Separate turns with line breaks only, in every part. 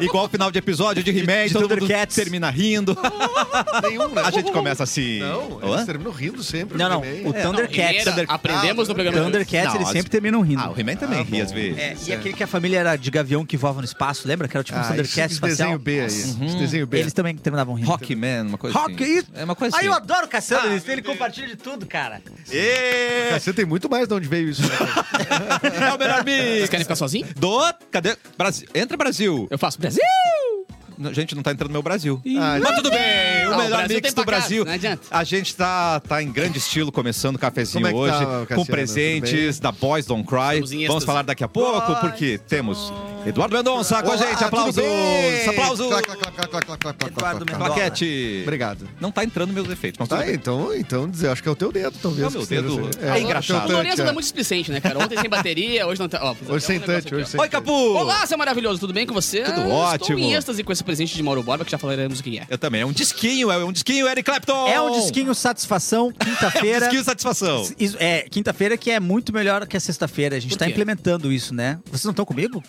Igual final de episódio de He-Man,
de
todo mundo
Thundercats.
termina rindo.
Nenhum, né?
A gente começa assim.
Não, é
Hã?
eles terminam rindo sempre.
Não, não.
também.
O
É.
Thundercats.
Ele era- Aprendemos no programa.
Thundercats,
Não,
eles
as-
sempre terminam rindo.
Ah, o He-Man também ri às vezes.
É, e aquele que a família era de gavião que voava no espaço, lembra? Que era tipo um
Ah, esse,
Thundercats
esse
espacial.
desenho B aí. Esse desenho B.
Eles também terminavam rindo.
Rockman, uma coisa
Rock,
assim.
isso.
É uma coisa
Aí
assim.
eu adoro o Cassandra, ele compartilha de tudo, cara.
Ê,
Você tem muito mais de onde veio isso. né?
É o melhor mix
Vocês querem ficar sozinhos?
do... Cadê? Brasil. Entra, Brasil.
Eu faço Brasil!
Não, Gente, não tá entrando meu Brasil.
Ah,
Mas tudo bem, o
Ah, o
melhor
Brasil
mix
tem
do
pra cá,
Brasil.
não adianta.
A gente tá, tá em grande estilo começando o cafezinho
Como é que
hoje,
tá, Cassiano?
com
Tudo
presentes da Boys Don't Cry.
Estamos em
Vamos
êxtase.
falar daqui a pouco, porque temos Eduardo Mendonça com a gente.
Olá,
Aplausos!
Ah, tudo bem?
Aplausos!
Clac, clac, clac, clac, clac, clac, clac, clac,
Eduardo
clac.
Mendonça.
Claquete!
Obrigado.
Não tá entrando meus efeitos, mas tudo
Tá,
bem.
então, então dizer, acho que é o teu dedo, talvez.
É o meu
que seja,
dedo.
assim.
É engraxado.
o
O
teu touch,
Lourenço
é.
é muito displicente, né, cara? Ontem sem bateria, hoje não tá. Ó, fiz até
Hoje é sem
um negócio
né?
touch,
aqui,
hoje
ó.
sem
Oi,
touch.
Capu!
Olá, seu maravilhoso, tudo bem com você?
Tudo
Estou
ótimo.
em êxtase com esse presente de Mauro Borba, que já falaremos o que é.
Eu também. É um disquinho, é um disquinho, Eric Clapton!
É um disquinho satisfação,
É um
quinta-feira.
disquinho satisfação.
Isso- é, quinta-feira que é muito melhor que a sexta-feira. A gente
Por
tá
quê?
implementando isso, né? Vocês não estão comigo?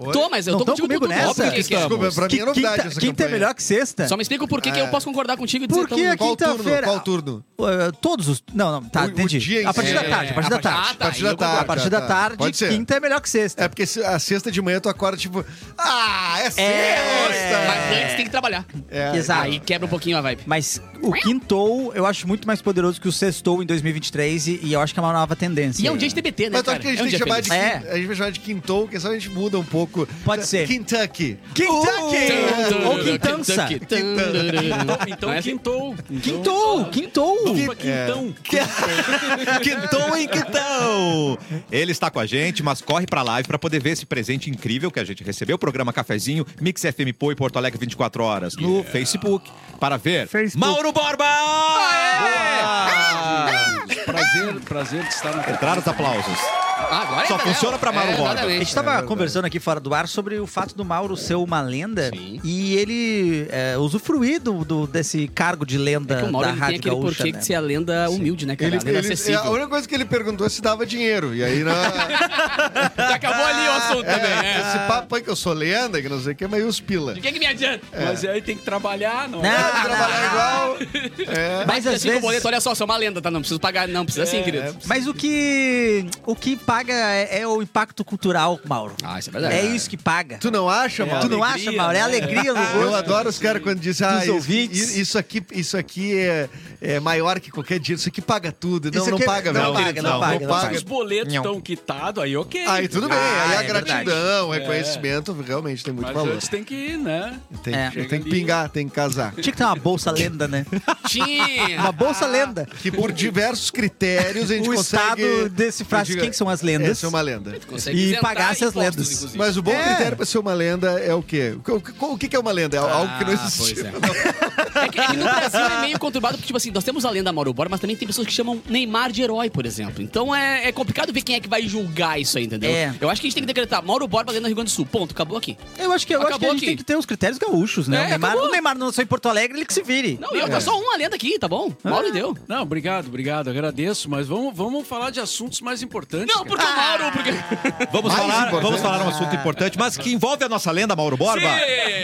Oi?
Tô, mas eu
Não
tô
tão
contigo
comigo
tudo,
nessa?
óbvio que- que é.
Desculpa, É. pra mim é novidade
quinta
essa
quinta é
campanha.
melhor que sexta?
Só me explica o porquê que eu posso concordar contigo e dizer
Por
tão-
que a
Qual turno?
quinta-feira?
Qual turno?
Uh, todos os. Não, não, tá,
O- o
entendi.
dia em
a partir
si.
É.
da tarde, a partir da tarde.
Ah, tá,
Partir da
eu concordo.
A partir
Tá,
da
tá.
tarde,
Pode ser.
quinta é melhor que sexta.
É porque se- a sexta de manhã tu acorda tipo, ah, é sexta!
Mas antes tem que trabalhar.
É,
Exato.
Aí quebra um pouquinho a vibe.
Mas o quintou eu acho muito mais poderoso que o sextou em 2023 e, e eu acho que é uma nova tendência.
E é um dia de TBT, né,
Mas tu acha
cara?
que a gente
é um
tem que
dia
chamar de.
feliz.
feliz.
A gente vai chamar de quintou, que só a gente muda um pouco.
Pode ser.
Kentucky.
Uh!
Kentucky! Ou quintança.
Então quintou.
Quintou! Quintou!
Opa,
É. então.
Quintão.
Quintão em quintão! Ele está com a gente, mas corre pra live pra poder ver esse presente incrível que a gente recebeu. O programa Cafezinho, Mix FM Pô e Porto Alegre 24 horas no Facebook. Para ver,
Facebook.
Mauro Borba!
Prazer, prazer de estar na
Boa! Entraram os aplausos.
Ah, agora
Só
é, né?
funciona pra Mauro
É,
Borba.
A
exatamente.
gente tava conversando aqui fora do ar sobre o fato do Mauro ser uma lenda
Sim.
e ele é, usufruir do, do- desse cargo de lenda
Porque É o Mauro
da
ele tem
Rádio
aquele
Gaúcha,
porquê
né?
de ser a lenda humilde, né, cara?
Ele,
a
é
lenda
ele-
acessível.
a única coisa que ele perguntou é se dava dinheiro. E aí, na,
Já acabou ali o assunto também,
é,
né?
esse papo aí que eu sou lenda, que não sei o que, mas e os pila?
De que que me adianta?
Mas aí tem que trabalhar, não.
Não,
é?
não,
Trabalhar
não.
igual. É.
Mas às vezes...
assim, com o
É.
boleto, olha só, sou uma lenda, tá? Não preciso pagar, não precisa assim, querido.
Mas o que, o que paga é, é o impacto cultural, Mauro.
Ah, isso é
É isso que paga.
Tu não acha, Mauro?
Tu não
alegria,
acha, Mauro? É
né?
alegria no
Eu
rosto.
adoro os caras quando dizem, ah,
Dos
isso,
ouvintes.
i- isso aqui, isso aqui é, é maior que qualquer dinheiro, isso aqui paga tudo. Não,
Isso
não
aqui é-
paga,
não
velho.
paga, não paga, não
Os boletos estão quitados, aí ok.
Aí tudo bem,
Ah,
aí
é
a gratidão, reconhecimento, realmente tem muito
Mas
valor.
antes tem que ir, né?
Tem,
É.
que- tem que pingar, tem que casar.
Tinha que ter uma bolsa lenda, né? Uma
Tinha!
bolsa lenda.
Que por diversos critérios a gente
O
consegue...
Estado decifrasse
Diga,
quem que são as lendas.
Essa é uma lenda.
Consegue
E
isentar
pagasse as
impostos,
lendas.
inclusive.
Mas o bom
É.
critério pra ser uma lenda é o quê? O que- O que, o que que é uma lenda? É algo que não
Ah,
existe.
pois é. É que, é que no Brasil é meio conturbado, porque, tipo assim, nós temos a lenda Mauro Borba, mas também tem pessoas que chamam Neymar de herói, por exemplo. Então é, é complicado ver quem é que vai julgar isso aí, entendeu?
É.
Eu acho que a gente tem que decretar Mauro Borba, lenda do Rio Grande do Sul. Ponto, acabou aqui.
Eu acho que, eu acho que
Acabou
a gente
aqui.
tem que ter os critérios gaúchos, né?
É,
o, Neymar,
acabou.
o Neymar não só em Porto Alegre, ele que se vire.
Não, e eu tá só uma lenda aqui, tá bom?
É.
Mauro deu.
Não, obrigado, obrigado, agradeço. Mas vamos, vamos falar de assuntos mais importantes.
Não,
cara.
porque o Mauro, porque.
Vamos
Mais
falar,
importante. Ah.
vamos falar um assunto importante, mas que envolve a nossa lenda, Mauro Borba.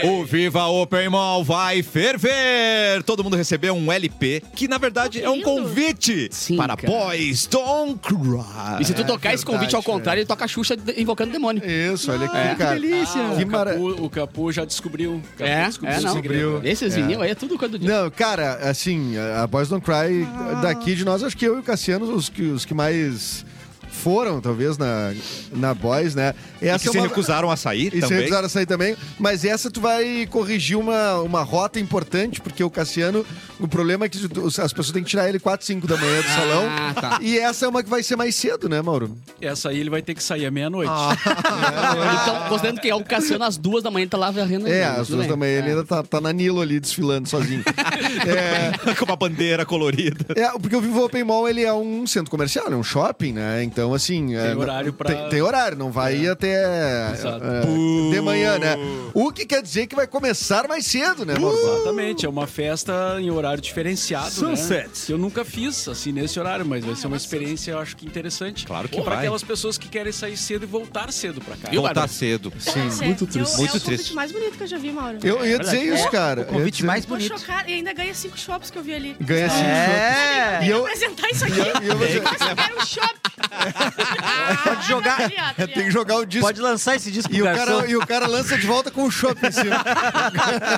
O Viva Open Mall vai ferver! Todo mundo recebeu um LP, que na verdade é um
lindo.
convite
Sim,
para
cara.
Boys Don't
E
Cry.
se tu tocar
Ah.
esse
verdade,
convite ao contrário, ele toca a Xuxa de- invocando o demônio.
Isso, olha aqui,
É.
cara.
Que delícia.
Ah,
Que
o,
mara...
Capu, o Capu já descobriu. O Capu
É,
descobriu
é,
o
não.
segredo.
né?
Esses vinil aí é tudo coisa de.
Não, cara, assim, a Boys Don't Cry,
Ah.
daqui de nós, acho que eu e o Cassiano, os que, os que mais foram, talvez, na, na Boys, né?
E que se recusaram a sair
E se
também.
recusaram a sair também. Mas essa tu vai corrigir uma, uma rota importante, porque o Cassiano, o problema é que os- as pessoas têm que tirar ele 4, 5 da manhã do salão.
Ah, tá.
E essa é uma que vai ser mais cedo, né, Mauro?
Essa aí ele vai ter que sair à meia-noite.
Ah.
Então, considerando que é o Cassiano às duas da manhã, ele tá lá varrendo.
É,
ainda,
às
tudo
duas
bem.
da manhã ele ainda tá, tá na Nilo ali desfilando sozinho. é,
Com uma bandeira colorida.
É, porque o Vivo Open Mall ele é um centro comercial, é um shopping, né? Então, assim. Tem
horário pra-
Tem, tem horário, não vai ir até.
Exato.
é, de manhã, né? O que quer dizer que vai começar mais cedo, né, Mauro?
Exatamente, é uma festa em horário horário diferenciado, né?
Sunset.
Que eu nunca fiz, assim, nesse horário, mas vai ser uma experiência, eu acho que interessante.
Claro que
Ou pra
vai.
aquelas pessoas que querem sair cedo e voltar cedo pra cá.
Voltar cedo.
Sim, muito triste.
É o,
Muito
é o convite
triste.
mais bonito que eu já vi, Mauro.
Eu ia dizer
é.
isso, cara.
O
Eu ia
convite
dizer-
mais
Vou
bonito.
chocar e ainda ganha cinco shops que eu vi ali.
Ganha cinco
É.
shows. E eu,
Apresentar isso aqui.
e eu vou dizer-
Nossa, eu quero um shopping.
Pode jogar.
Tria, tria.
É, tem que jogar o disco.
Pode lançar esse disco
E
pro
o,
garçom.
cara, e o cara lança de volta com o chopp em cima.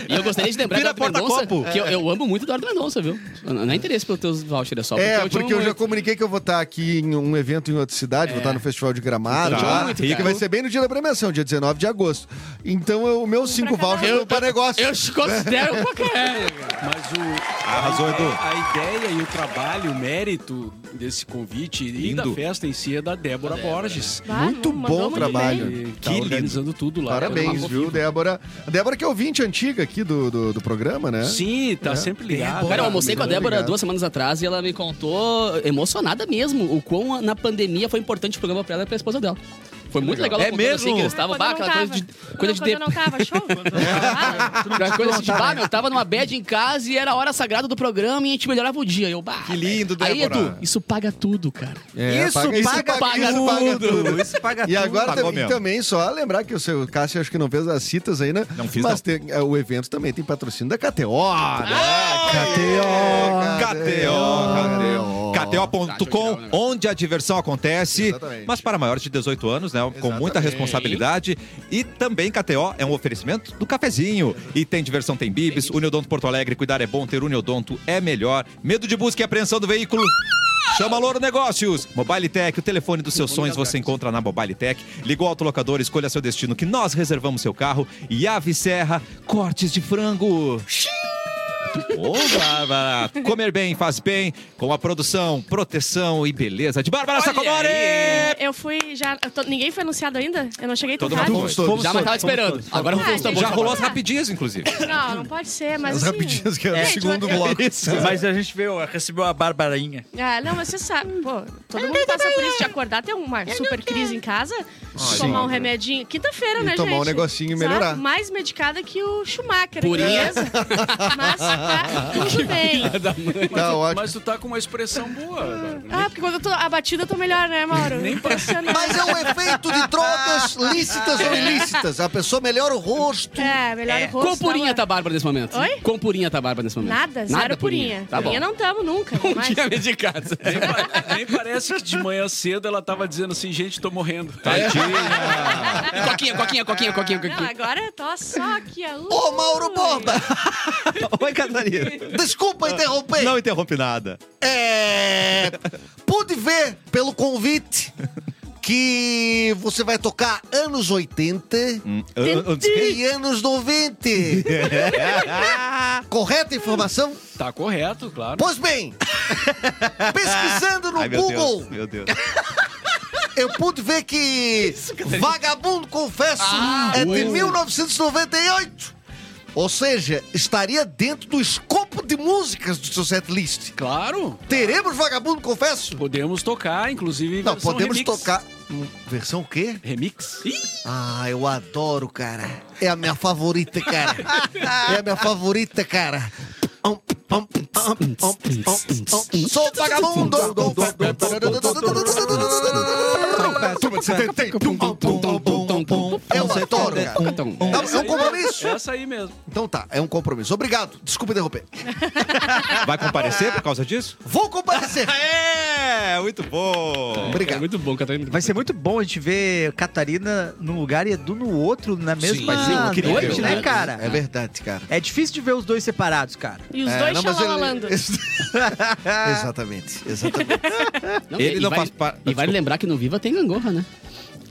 E eu gostaria de lembrar
Vira
do Eduardo Mendonça,
porta-copo.
que eu, eu amo muito o Eduardo Mendonça, viu? Não é interesse pelos teus vouchers, é só
É,
te
porque
amo
eu já
muito.
comuniquei que eu vou estar aqui em um evento em outra cidade, vou estar no Festival de Gramado,
Então,
lá,
muito,
e que
cara.
vai ser bem no dia da premiação, dia 19 de agosto. Então, eu- o meu cinco
cada um.
vouchers vão pra negócio.
Eu te considero pra caralho.
Mas o,
Arrasou,
a,
Edu.
A ideia e o trabalho, o mérito desse convite e
Lindo.
da festa em si é da Débora Borges.
né?
Bah,
Muito
mandou
bom trabalho.
bem.
Que tá
lindo.
organizando tudo lá. Tá
Parabéns,
Ela-
viu, Débora? A Débora que é ouvinte antiga aqui do, do, do programa, né?
Sim, tá sempre ligado.
Cara, eu almocei com a
Obrigado.
Débora duas semanas atrás e ela me contou, emocionada mesmo, o quão na pandemia foi importante o programa pra ela e pra esposa dela. Foi muito legal, ela
É
contando, assim,
mesmo?
que eles estavam,
Quando
bah,
eu não
aquela coisa
tava.
de...
Não,
Coisa de...
Quando eu
de-
não tava, show?
aquela Coisa de,
né?"
bah, meu, eu tava numa bad em casa e era a hora sagrada do programa e a gente melhorava o dia. Eu, bah,
Que lindo,
Aí,
Débora.
Edu, isso paga tudo, cara.
É,
isso,
paga- isso
paga,
paga- isso
tudo.
paga tudo.
Isso paga
E
tudo.
agora
Pagou
também,
mesmo.
também, só lembrar que o seu Cássio acho que não fez as citas ainda.
Não fiz,
Mas
não.
tem- é, o evento também tem patrocínio da KTO. né?
KTO, KTO,
KTO.
KTO.com, onde a diversão acontece,
é Exatamente.
mas para maiores de 18 anos, né? Com muita
Exatamente.
responsabilidade. E também KTO é um oferecimento do cafezinho. E tem diversão, tem bibis, Uniodonto Porto Alegre, cuidar é bom, ter Uniodonto é melhor. Medo de busca e apreensão do veículo. Chama a Louro Negócios. Mobile Tech, o telefone dos seus sonhos você encontra na Mobile Tech. Liga o autolocador, escolha seu destino que nós reservamos seu carro. E Ave Serra, cortes de frango. Ô, Bárbara! Comer bem faz bem com a produção, proteção e beleza de Bárbara Sacomori!
Eu fui já. eu tô- ninguém foi anunciado ainda? Eu não cheguei tão
Todo mundo
tarde?
foi.
todos.
Já, mas tava esperando. Agora vamos
Ah,
ver os
gente,
tambores.
Tá Já rolou as rapidinhas, inclusive.
Não, não pode ser, mas.
As
assim-
rapidinhas que é o
Gente,
segundo
eu-
bloco.
Mas a gente veio, recebeu a Barbarinha.
Ah, não, mas você sabe, pô, todo mundo passa por isso de acordar, ter uma super crise em casa, tomar um remedinho. Quinta-feira,
Ah, E
né,
tomar
gente?
um negocinho e melhorar.
Sabe? Mais medicada que o Schumacher,
Purinha.
beleza? Mas tá tudo bem.
Tá ótimo. É.
Mas tu tá com uma expressão boa. Bárbara.
Ah, porque quando eu tô abatida, eu tô melhor, né, Mauro?
Nem parece.
Impressionante.
Mas é um efeito de drogas lícitas ou ilícitas. A pessoa melhora o rosto.
É, melhor o rosto.
Quão purinha
dá
tá a Bárbara nesse momento?
Oi?
Quão purinha tá a Bárbara nesse
uma-
momento?
Nada, zero purinha.
Tá bom.
Purinha não tamo nunca.
Um
jamais.
dia medicado.
Nem, pa- nem parece que de manhã cedo ela tava dizendo assim, gente, tô morrendo.
coquinha, coquinha, coquinha, coquinha,
Não,
coquinha.
agora eu tô só aqui, alô.
Ô, Mauro Borba!
Oi, Catarina.
Desculpa interromper.
Não interrompe nada.
É... Pude ver pelo convite que você vai tocar anos 80
Hum, é
e anos 90. Correta informação?
Tá correto, claro.
Pois bem, pesquisando no
Ai, meu
Google,
Deus, meu Deus.
eu pude ver que Vagabundo Confesso
Ah,
é de 1998. Ou seja, estaria dentro do escopo de músicas do seu setlist.
Claro,
Teremos Vagabundo Confesso?
podemos tocar, inclusive. em
Não,
versão
podemos
remix.
tocar. Hum, Versão o quê?
Remix? Ih,
Ah, eu adoro, cara. É a minha favorita, cara. É a minha favorita, cara. Sou vagabundo! Eu adoro, cara. É um compromisso?
essa aí mesmo.
Então tá, é um compromisso. Obrigado. Desculpa interromper.
Vai comparecer por causa disso?
Vou comparecer.
É, muito bom.
É
Obrigado.
muito bom, Catarina.
Vai ser muito bom a gente ver Catarina num lugar e Edu no outro na mesma
Sim, sim, incrível.
noite, né, cara?
É verdade, cara.
É difícil de ver os dois separados, cara.
E os
É,
dois
não, mas ele-
xalalalando.
Exatamente, exatamente.
Ele
e
não
vai-
faz parte.
E vale lembrar que no Viva tem gangorra, né?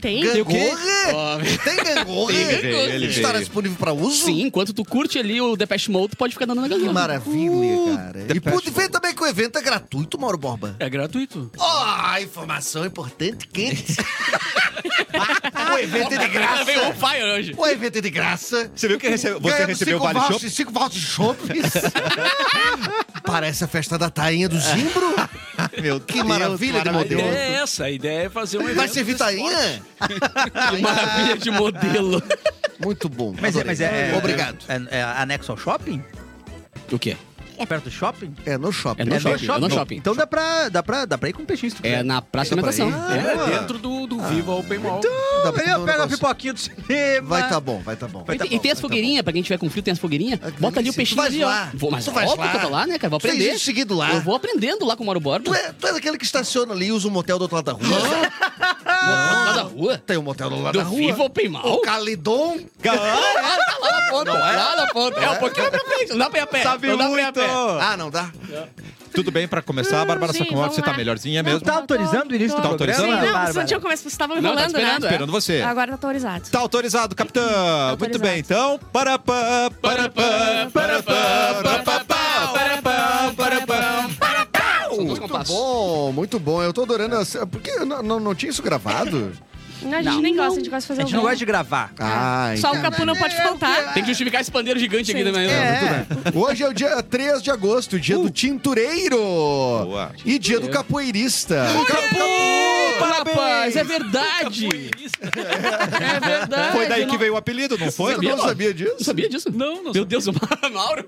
Tem?
Gangorra! Tem
Ele
gangorra?
veio, ele
Estará
veio.
disponível para uso?
Sim, enquanto tu curte ali o Depeche Mode, tu pode ficar dando na
Uhum. Que
gangorra.
maravilha, cara.
The
E pude
Passion.
ver também que o evento é gratuito, Mauro Borba.
É gratuito.
Ó, informação importante, quente. o evento é de
Cara, veio
graça.
on fire hoje.
O evento é de graça.
Você viu que recebe- você
Ganhamos
recebeu o
cinco
Vale
vouchers-
Shop?
Cinco vouchers de shoppings. Parece a festa da tainha do Zimbro. Meu que maravilha de
A ideia
modelo.
é essa, a ideia é fazer um evento.
Vai servir tainha?
Que maravilha de modelo.
Muito bom.
Mas, é,
adorei.
mas é, é-
Obrigado.
É, é anexo ao shopping?
O quê?
Perto do shopping?
É no shopping.
É no shopping. É no shopping.
Então dá pra, dá, pra, dá pra ir com um peixinho se tu
É
quiser.
na praça de
Dá pra ir?
alimentação.
É,
É.
Ah.
dentro do, do Viva Open Mall.
Dá pra
Aí
comer
eu
um
pego a
negócio.
pipoquinha do cinema.
Vai tá bom, vai tá bom.
Vai tá
E, tem- e
bom,
tem as fogueirinhas, pra quem tiver com frio, tem as fogueirinhas.
Ah, que
Bota
delícia.
ali o peixinho
Tu vais
ali, ó.
lá.
Vou, mas
Tu vais
óbvio
lá.
que eu tô lá, né, cara? Vou
Tu fez
aprender.
isso seguido lá.
Eu vou aprendendo lá com o Mauro Borba.
Tu é, tu é daquele que estaciona ali e usa um motel do outro lado da rua.
Lá da rua.
Tem um motel do lado
Do
da rua.
Viva Open Mall.
O Calidon.
Ah, tá lá na ponta. Lá na ponta. É um pouquinho pra frente. Não dá pra ir a pé.
Sabe
não dá pra ir a
muito.
pé.
Ah, não dá?
Tudo bem pra começar,
Hum,
É Bárbara
sim,
Sacomori? Você
vamos
tá
lá.
melhorzinha
Não,
mesmo?
Tá autorizando o início
Tá
do programa?
autorizando?
Não,
Bárbara?
vocês não tinham começado, vocês estavam me
Não, tá
enrolando,
esperando,
né?
é.
Esperando você.
Agora tá autorizado.
Tá autorizado, capitão. Muito
autorizado.
bem, então. Para pá, para pá, para pá, para pá, pá, para pá, para pá.
São dois
Muito
compassos.
bom, muito bom. Eu tô adorando. Essa... Por que não, não, não tinha isso gravado?
Não, a gente nem gosta, a gente gosta de fazer
A
um
gente não
ao
gosta
vivo.
de gravar.
Ah,
Só o
entendi.
capu não pode faltar.
Tem que justificar esse pandeiro gigante aqui também. né?
Hoje é o dia 3 de agosto, dia
Uh.
do tintureiro.
Boa.
E dia do capoeirista.
Ô, Rapaz, é verdade. É verdade.
Foi daí
eu
que
não-
veio o apelido, não foi?
Eu não sabia disso.
Não sabia disso?
Não, não
Meu Deus, o Mauro.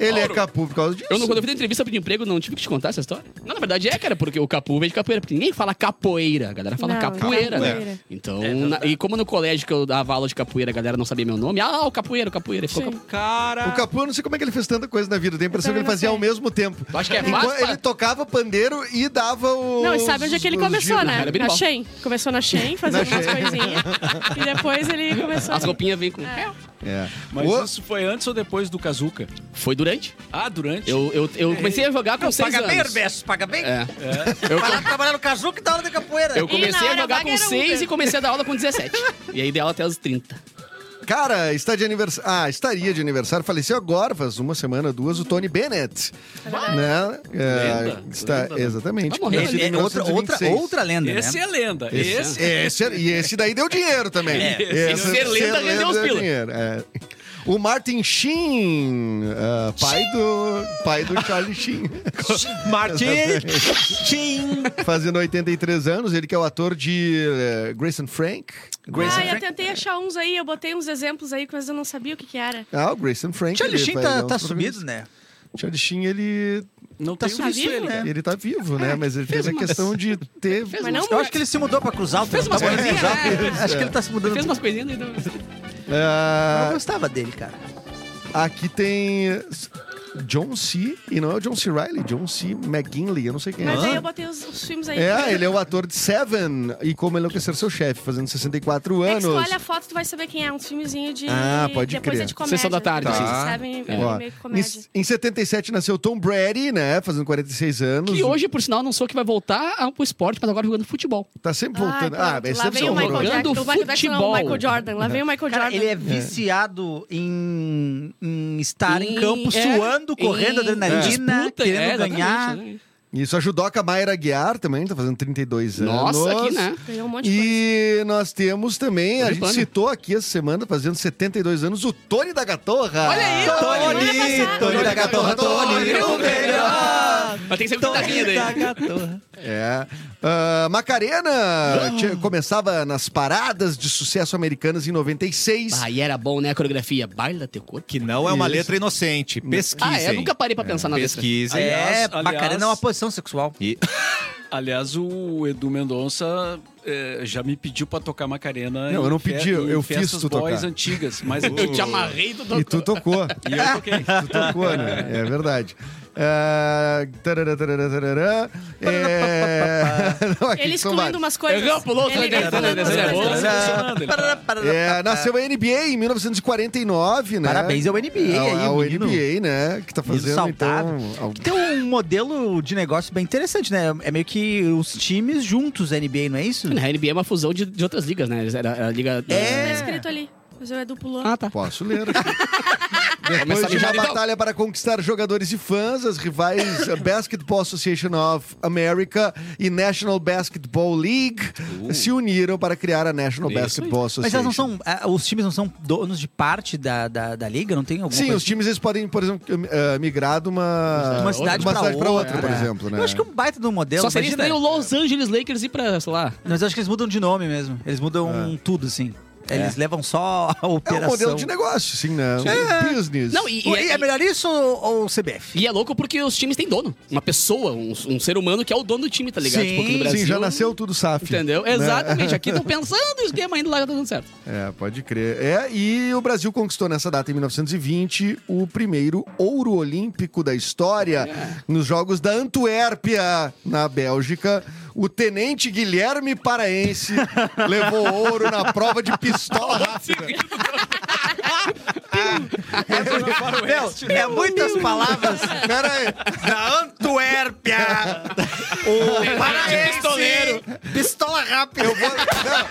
Ele é
Mauro.
capu por causa disso.
Eu, não, quando eu fiz a entrevista pedindo emprego, não tive que te contar essa história. Não, na verdade é, cara, porque o capu veio de capoeira. Porque ninguém fala capoeira, a galera fala
Não,
capoeira, né?
capoeira.
Então,
É,
na- e como no colégio que eu dava aula de capoeira, a galera não sabia meu nome. Ah, o capoeira, o capoeira. Ficou
Sim.
capoeira.
Cara.
O Capu, eu não sei como é que ele fez tanta coisa na vida. Tem a impressão que
também
ele
não
fazia
sei.
ao mesmo tempo.
Eu acho que é
Enquanto
mais pra-
Ele tocava pandeiro e dava o.
Não, e sabe onde é que ele começou, né?
Era bem
Na
bom.
Shein. Começou na Shein, fazendo umas coisinhas. E depois ele começou...
As roupinhas vêm com...
É.
Mas
O-
isso foi antes ou depois do Kazuca?
Foi durante.
Ah, durante?
Eu, eu,
É.
eu comecei a jogar com seis
Paga bem,
anos.
Herbesso, paga bem.
É.
Vai lá trabalhar no casuco e dá aula de capoeira.
Eu
E na
comecei a
hora
jogar
vaga
com
era
6
Uber.
e comecei a dar aula com 17. E aí dei aula até os 30.
Cara, está de aniversário. Ah, estaria de aniversário. Faleceu agora, faz uma semana, duas, o Tony Bennett. Né? É,
Lenda.
está...
Lenda.
Exatamente.
Tá morrendo.
Nascido em
É, é outra, outra,
1926.
outra lenda,
Esse
né?
é lenda. Esse,
Esse
Esse, é, e esse daí deu dinheiro também.
É.
Esse,
Ser lenda rendeu
lenda
uns
deu
pila.
dinheiro, é. O Martin Sheen, ah, pai, do, pai do Charlie Sheen,
Martin!
fazendo 83 anos. Ele que é o ator de eh, Grace and Frank. Grace
Ah, eu tentei achar uns aí, eu botei uns exemplos aí, mas eu não sabia o que que era.
Ah, o Grace and Frank.
Charlie
ele
Sheen
vai- é
tá,
um
tá
dos
sumido, né?
Charlie Sheen, ele
Não
Tá
tem
sumido,
visto ele.
né? É.
Ele tá vivo, né? Mas ele
Fez
fez a
umas-
questão de ter.
Fez
Mas não
Eu acho que ele se mudou pra Cruz Alta.
é? Fez
não
umas
tá morando em
coisinhas,
Cruz Alta.
né?
Acho que ele tá se mudando.
Fez umas coisinhas né? ainda.
Uhum.
Ah,
Eu gostava dele, cara.
aqui tem John C. E não é o John C. Riley, John C. McGinley, eu não sei quem
Mas aí
é.
eu botei os, os filmes aí.
É, ele é o ator de Seven e Como Enlouquecer Seu Chefe, fazendo 64
É que
anos.
escolhe a foto, tu vai saber quem é. Um filmezinho de.
Ah, pode
Depois
crer.
é de comédia.
Sessão da tarde,
Vocês
tá.
sabem, é
Ó,
meio que
em,
comédia.
em 77 nasceu Tom Brady, né? Fazendo 46 anos.
Que hoje, por sinal, não sou que vai voltar ao- pro esporte, mas agora jogando futebol.
Tá sempre voltando. Ah,
pronto.
mas
lá
sempre
vem
são
o Michael
horrorosos.
Jackson. O Michael Jackson não, o
Futebol.
Michael Jordan. Lá vem o Michael
Cara,
Jordan.
né?
ele é viciado em, em estar em,
Em-
campo,
é,
suando, correndo
em
adrenalina,
disputa,
querendo
é, exatamente,
ganhar.
né?
Isso, a judoca Mayra Guiar também, tá fazendo 32 anos.
Nossa, aqui, né?
Ganhou um monte de coisa.
E nós temos também, a
Tony
gente
Pano.
citou aqui essa semana, fazendo 72 anos, o Tony da Gatorra.
Olha aí, ó.
Tony, Tony da Gatorra, Tony, o melhor!
É. Mas tem que ser
Então,
muita
Tony
guitarrinha
da
daí.
Gatorra.
É. Ah, Macarena tinha- começava nas paradas de sucesso americanas em 96.
Ah, e era bom, né? A coreografia. Baila teu corpo.
Que não é uma
Isso.
letra inocente. Pesquisem.
Ah, é? Nunca parei pra pensar na letra.
Pesquisem.
É,
Aliás,
Macarena
aliás-
é uma posição sexual.
E...
Aliás, o Edu Mendonça eh, já me pediu pra tocar Macarena.
Não,
em
eu não
fe-
pedi, eu-
em
eu fiz
festas
tu tocar.
boys antigas, mas
Eu te amarrei do
E tu tocou.
E eu toquei.
tu tocou, né? É verdade. Ah, tarará, tarará, tarará. É... Não, aqui
Ele
são
excluindo
vários.
umas coisas.
Errou, pulou,
Ele
outra
excluindo
vez.
umas
Ele é bom.
coisas.
É, nasceu a NBA em 1949, né?
Parabéns ao NBA aí,
ao, ao
menino.
NBA, né? Que tá
Menino
fazendo,
saudável.
então... ao-
Que tem um modelo de negócio bem interessante, né? É meio que os times juntos NBA, não é isso?
Na NBA é uma fusão de, de outras ligas, né? Era, era a liga...
Tá
É.
escrito ali. Mas o Edu pulou.
Ah, tá.
Posso ler. Depois
Começa a
de uma
mijar, então.
batalha para conquistar jogadores e fãs, as rivais eh, Basketball Association of America e National Basketball League se uniram para criar a National
Isso aí.
Basketball Association.
Mas elas não são. ah, Os times não são donos de parte da, da, da liga? Não tem alguma
Sim,
coisa
os times eles podem, por exemplo, eh, migrar de uma,
De uma cidade
de uma
pra
cidade pra outra,
outra,
por
é.
exemplo. Né?
Eu acho que é um baita de um modelo.
Só seria
imagina.
estranho o Los Angeles Lakers ir pra, sei lá...
Ah. Mas eu acho que eles mudam de nome mesmo. Eles mudam tudo, assim. Eles levam só a
É um
operação.
modelo de negócio, sim, né? Um business.
Não, e,
E é, melhor isso ou, ou CBF?
e é louco porque os times têm dono. Uma pessoa, um, um ser humano que é o dono do time, tá ligado?
Sim,
tipo, aqui no Brasil.
Sim, já nasceu tudo SAF.
Entendeu?
né?
Exatamente. Aqui estão pensando o esquema ainda lá tá dando certo.
É, pode crer. É, e o Brasil conquistou nessa data, em 1920, o primeiro ouro olímpico da história nos Jogos da Antuérpia, na Bélgica. O tenente Guilherme Paraense levou ouro na prova de pistola rápida.
Meu, é muitas palavras.
Pera aí.
da Antuérpia! o paraense!
pistoleiro.
Pistola rápida!
Eu vou,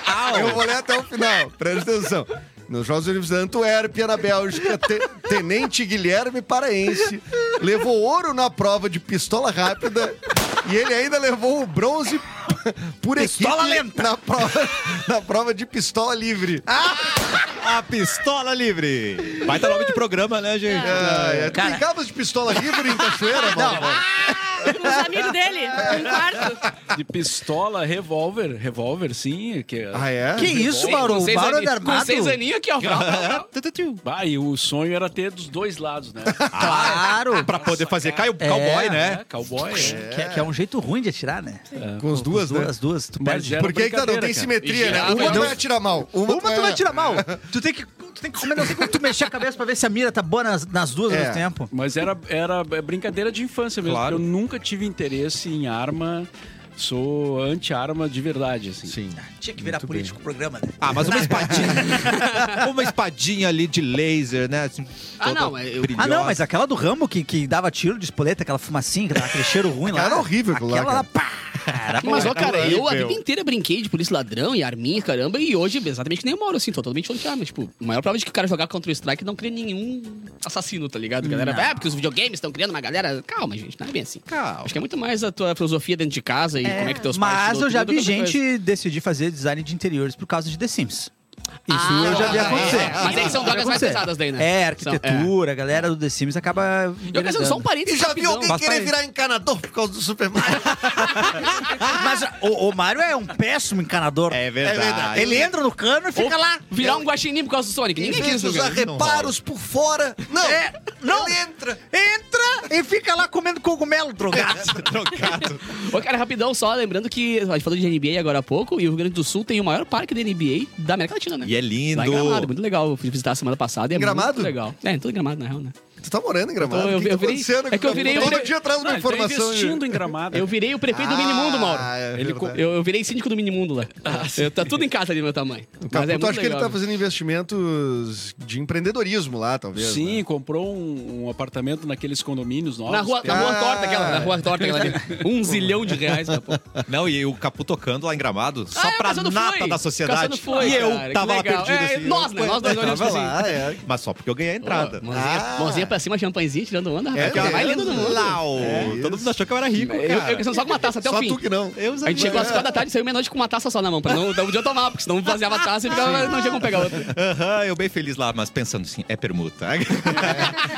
não, eu vou ler até o final, presta atenção. Nos Jogos Olímpicos da Antuérpia, na Bélgica, te- Tenente Guilherme Paraense levou ouro na prova de pistola rápida e ele ainda levou o bronze p- por
Pistola
equipe Na, prova, na prova de pistola livre.
Ah,
A pistola livre. Vai estar nome de programa, né, gente?
Ah, é.
cara.
Tem cabos de pistola livre em Cachoeira, mano?
Com os amigos dele, no quarto.
De pistola, revólver. Revólver, sim. Que...
Ah, é?
Que isso, Mauro? O Mauro é
Com
armado?
seis aninhos aqui, ó.
Bah, e o sonho era ter dos dois lados, né?
Claro!
Pra poder fazer cow- cowboy, né?
É, cowboy. É.
Que, é- que é um jeito ruim de atirar, né?
Com as duas, né?
As duas, tu
Mas
perde.
é-
Porque aí que tá, não tem
brincadeira, cara.
simetria,
E
né?
girava,
Uma tu
então.
vai atirar mal.
Uma tu vai
é-
atirar mal. Tu tem que, tu tem que comer, não tem como tu mexer a cabeça pra ver se a mira tá boa nas, nas duas ao
É.
mesmo tempo.
Mas era, era brincadeira de infância mesmo.
Claro.
porque Eu nunca tive interesse em arma. Sou anti-arma de verdade, assim.
Sim.
Tinha que virar político o programa, né?
Ah, mas uma espadinha. uma espadinha ali de laser, né? Assim,
Ah,
toda
não, é, eu-
Ah, não,
brilhosa.
mas aquela do Rambo que, que dava tiro de espoleta, aquela fumacinha, que dava aquele cheiro ruim lá.
Cara, horrível aquilo
aquela
lá,
lá, pá! Era
Mas, ó, cara, eu a
horrível.
vida inteira brinquei de polícia ladrão e arminha, caramba, e hoje, exatamente que nem eu moro, assim, tô totalmente anti-arma. Tipo, a maior prova de que o cara jogar Counter-Strike não cria nenhum assassino, tá ligado? A galera vai, ah, porque os videogames estão criando uma galera. Calma, gente, não é bem assim.
Calma.
Acho que é muito mais a tua filosofia dentro de casa e como é que teus pais. te
Mas
ensinam
eu já
tudo é
vi
do que outra
gente decidir fazer design de interiores por causa de The Sims. Isso
Ah,
eu já vi
é,
acontecer.
é, é. Mas
Já
aí são
vi
drogas mais
acontecer.
pesadas daí, né?
É,
São-
arquitetura, a galera do The Sims acaba.
coisa. Eu quero fazer só um
E
parênteses.
já viu
rapidão.
alguém
Mas
querer
parece-
virar encanador por causa do Super Mario?
Mas o, o Mario é um péssimo encanador.
É verdade.
Ele entra no cano e fica
Ou
lá.
Virar um guaxinim por causa do Sonic.
Em
Ninguém
vez
quis
de
isso,
usar
cara.
reparos por fora. Não,
É, não.
ele entra.
Entra e fica lá comendo cogumelo drogado.
Trocado.
Ô, cara, rapidão, só lembrando que a gente falou de NBA agora há pouco e o Rio Grande do Sul tem o maior parque de NBA da América Latina, né?
E é lindo.
Lá em Gramado, muito legal. Eu fui visitar semana passada e é
Gramado?
muito legal. É, em todo Gramado, na real, né?
Tu tá morando em Gramado?
Tô, eu
O que que
vi- eu
tá
virei-
acontecendo
é que eu virei-
Todo
eu virei-
dia traz uma
Não, ele tá
informação. e- É
investindo em gramado.
Eu virei o prefeito do Minimundo, Mauro.
Ah, é
Ele
verdade. Ah,
co-
Eu, eu virei síndico do Minimundo lá. Eu- tá tudo em casa ali do meu tamanho.
Tá,
Mas é
tu
muito
acha que ele
legal.
tá fazendo investimentos de empreendedorismo lá, talvez?
Sim,
né?
comprou um, um apartamento naqueles condomínios novos. um-
Na rua, na rua
Ah.
torta aquela, na rua torta aquela ali. Um zilhão de reais, meu pô.
Não, e o Capu tocando lá em Gramado, só
Ah, é, o
pra
Cassiano
nata
foi.
da
Cassiano
sociedade.
foi,
e eu
cara, que
tava lá
legal.
perdido
É,
assim.
nós, né?
Eu-
Nós dois
eu tava
olhamos
lá.
Ah, é.
Mas só porque eu ganhei a entrada.
Ô, Mãozinha, mãozinha pra cima, champanhezinho, tirando onda,
Ah.
rapaz.
É
Aquela vai
mesmo?
lendo do mundo.
Lau. Todo mundo achou que eu era rico,
Eu, eu,
cara.
eu só com uma taça até
Só
o fim.
tu que não. Eu
A gente chegou às quatro da tarde e saiu meia-noite com uma taça só na mão, pra não, não podia tomar, porque senão vaziava a taça e ficava, não tinha como pegar outra.
Aham, eu bem feliz lá, mas pensando assim, é permuta.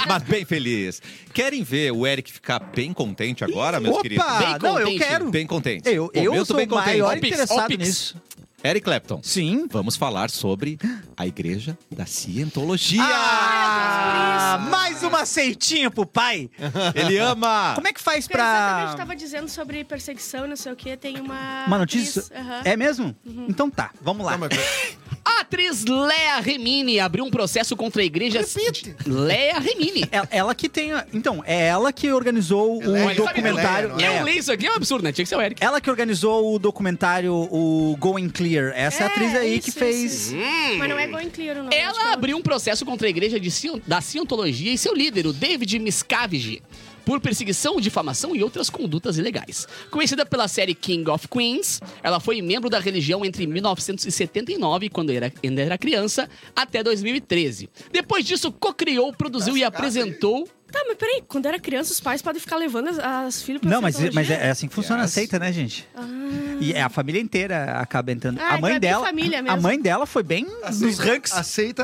mas bem feliz. Querem ver o Eric ficar bem contente agora, meus queridos?
Opa!
Bem
não, eu
contente.
quero.
Bem contente.
Eu, eu
Momento
sou
bem
o
contente.
maior
Ó, Pix, ó,
interessado
Pix.
nisso.
Eric Clapton.
Sim.
Vamos falar sobre a Igreja da Cientologia.
Ah, mais uma seitinha pro pai.
Ele ama.
Como é que faz
Exatamente, tá
pra...
tava dizendo sobre perseguição e não sei o que, tem uma...
Uma notícia?
atriz, aham. Uhum.
É mesmo? Então tá, vamos lá.
A atriz Lea Remini abriu um processo contra a igreja. Repite. Lea Remini.
Ela, É ela que tem. a- Então, é ela que organizou o
Ela é-
documentário.
ela é,
E
é.
eu leio isso aqui, é um absurdo, né? Tinha que ser o Eric.
Ela que organizou o documentário o Going Clear. Essa é, a
É,
atriz aí
isso,
que fez. Hum.
isso, Mas não é Going Clear o nome. acho que é
Ela abriu um processo contra a igreja de Sion- da Cientologia e seu líder, o David Miscavige, por perseguição, difamação e outras condutas ilegais. Conhecida pela série King of Queens, ela foi membro da religião entre 1979, quando era- ainda era criança, até 2013. Depois disso, co-criou, produziu e apresentou.
Tá, mas peraí, quando era criança, os pais podem ficar levando as, as filhas pra
Não, mas, mas
Scientology?
é, é assim que funciona a seita, né, gente? E é a família inteira acaba entrando.
Ah,
a mãe
então é
dela.
bifamília
A
mesmo.
mãe dela foi bem
Assim,
nos ranks.
Aceita,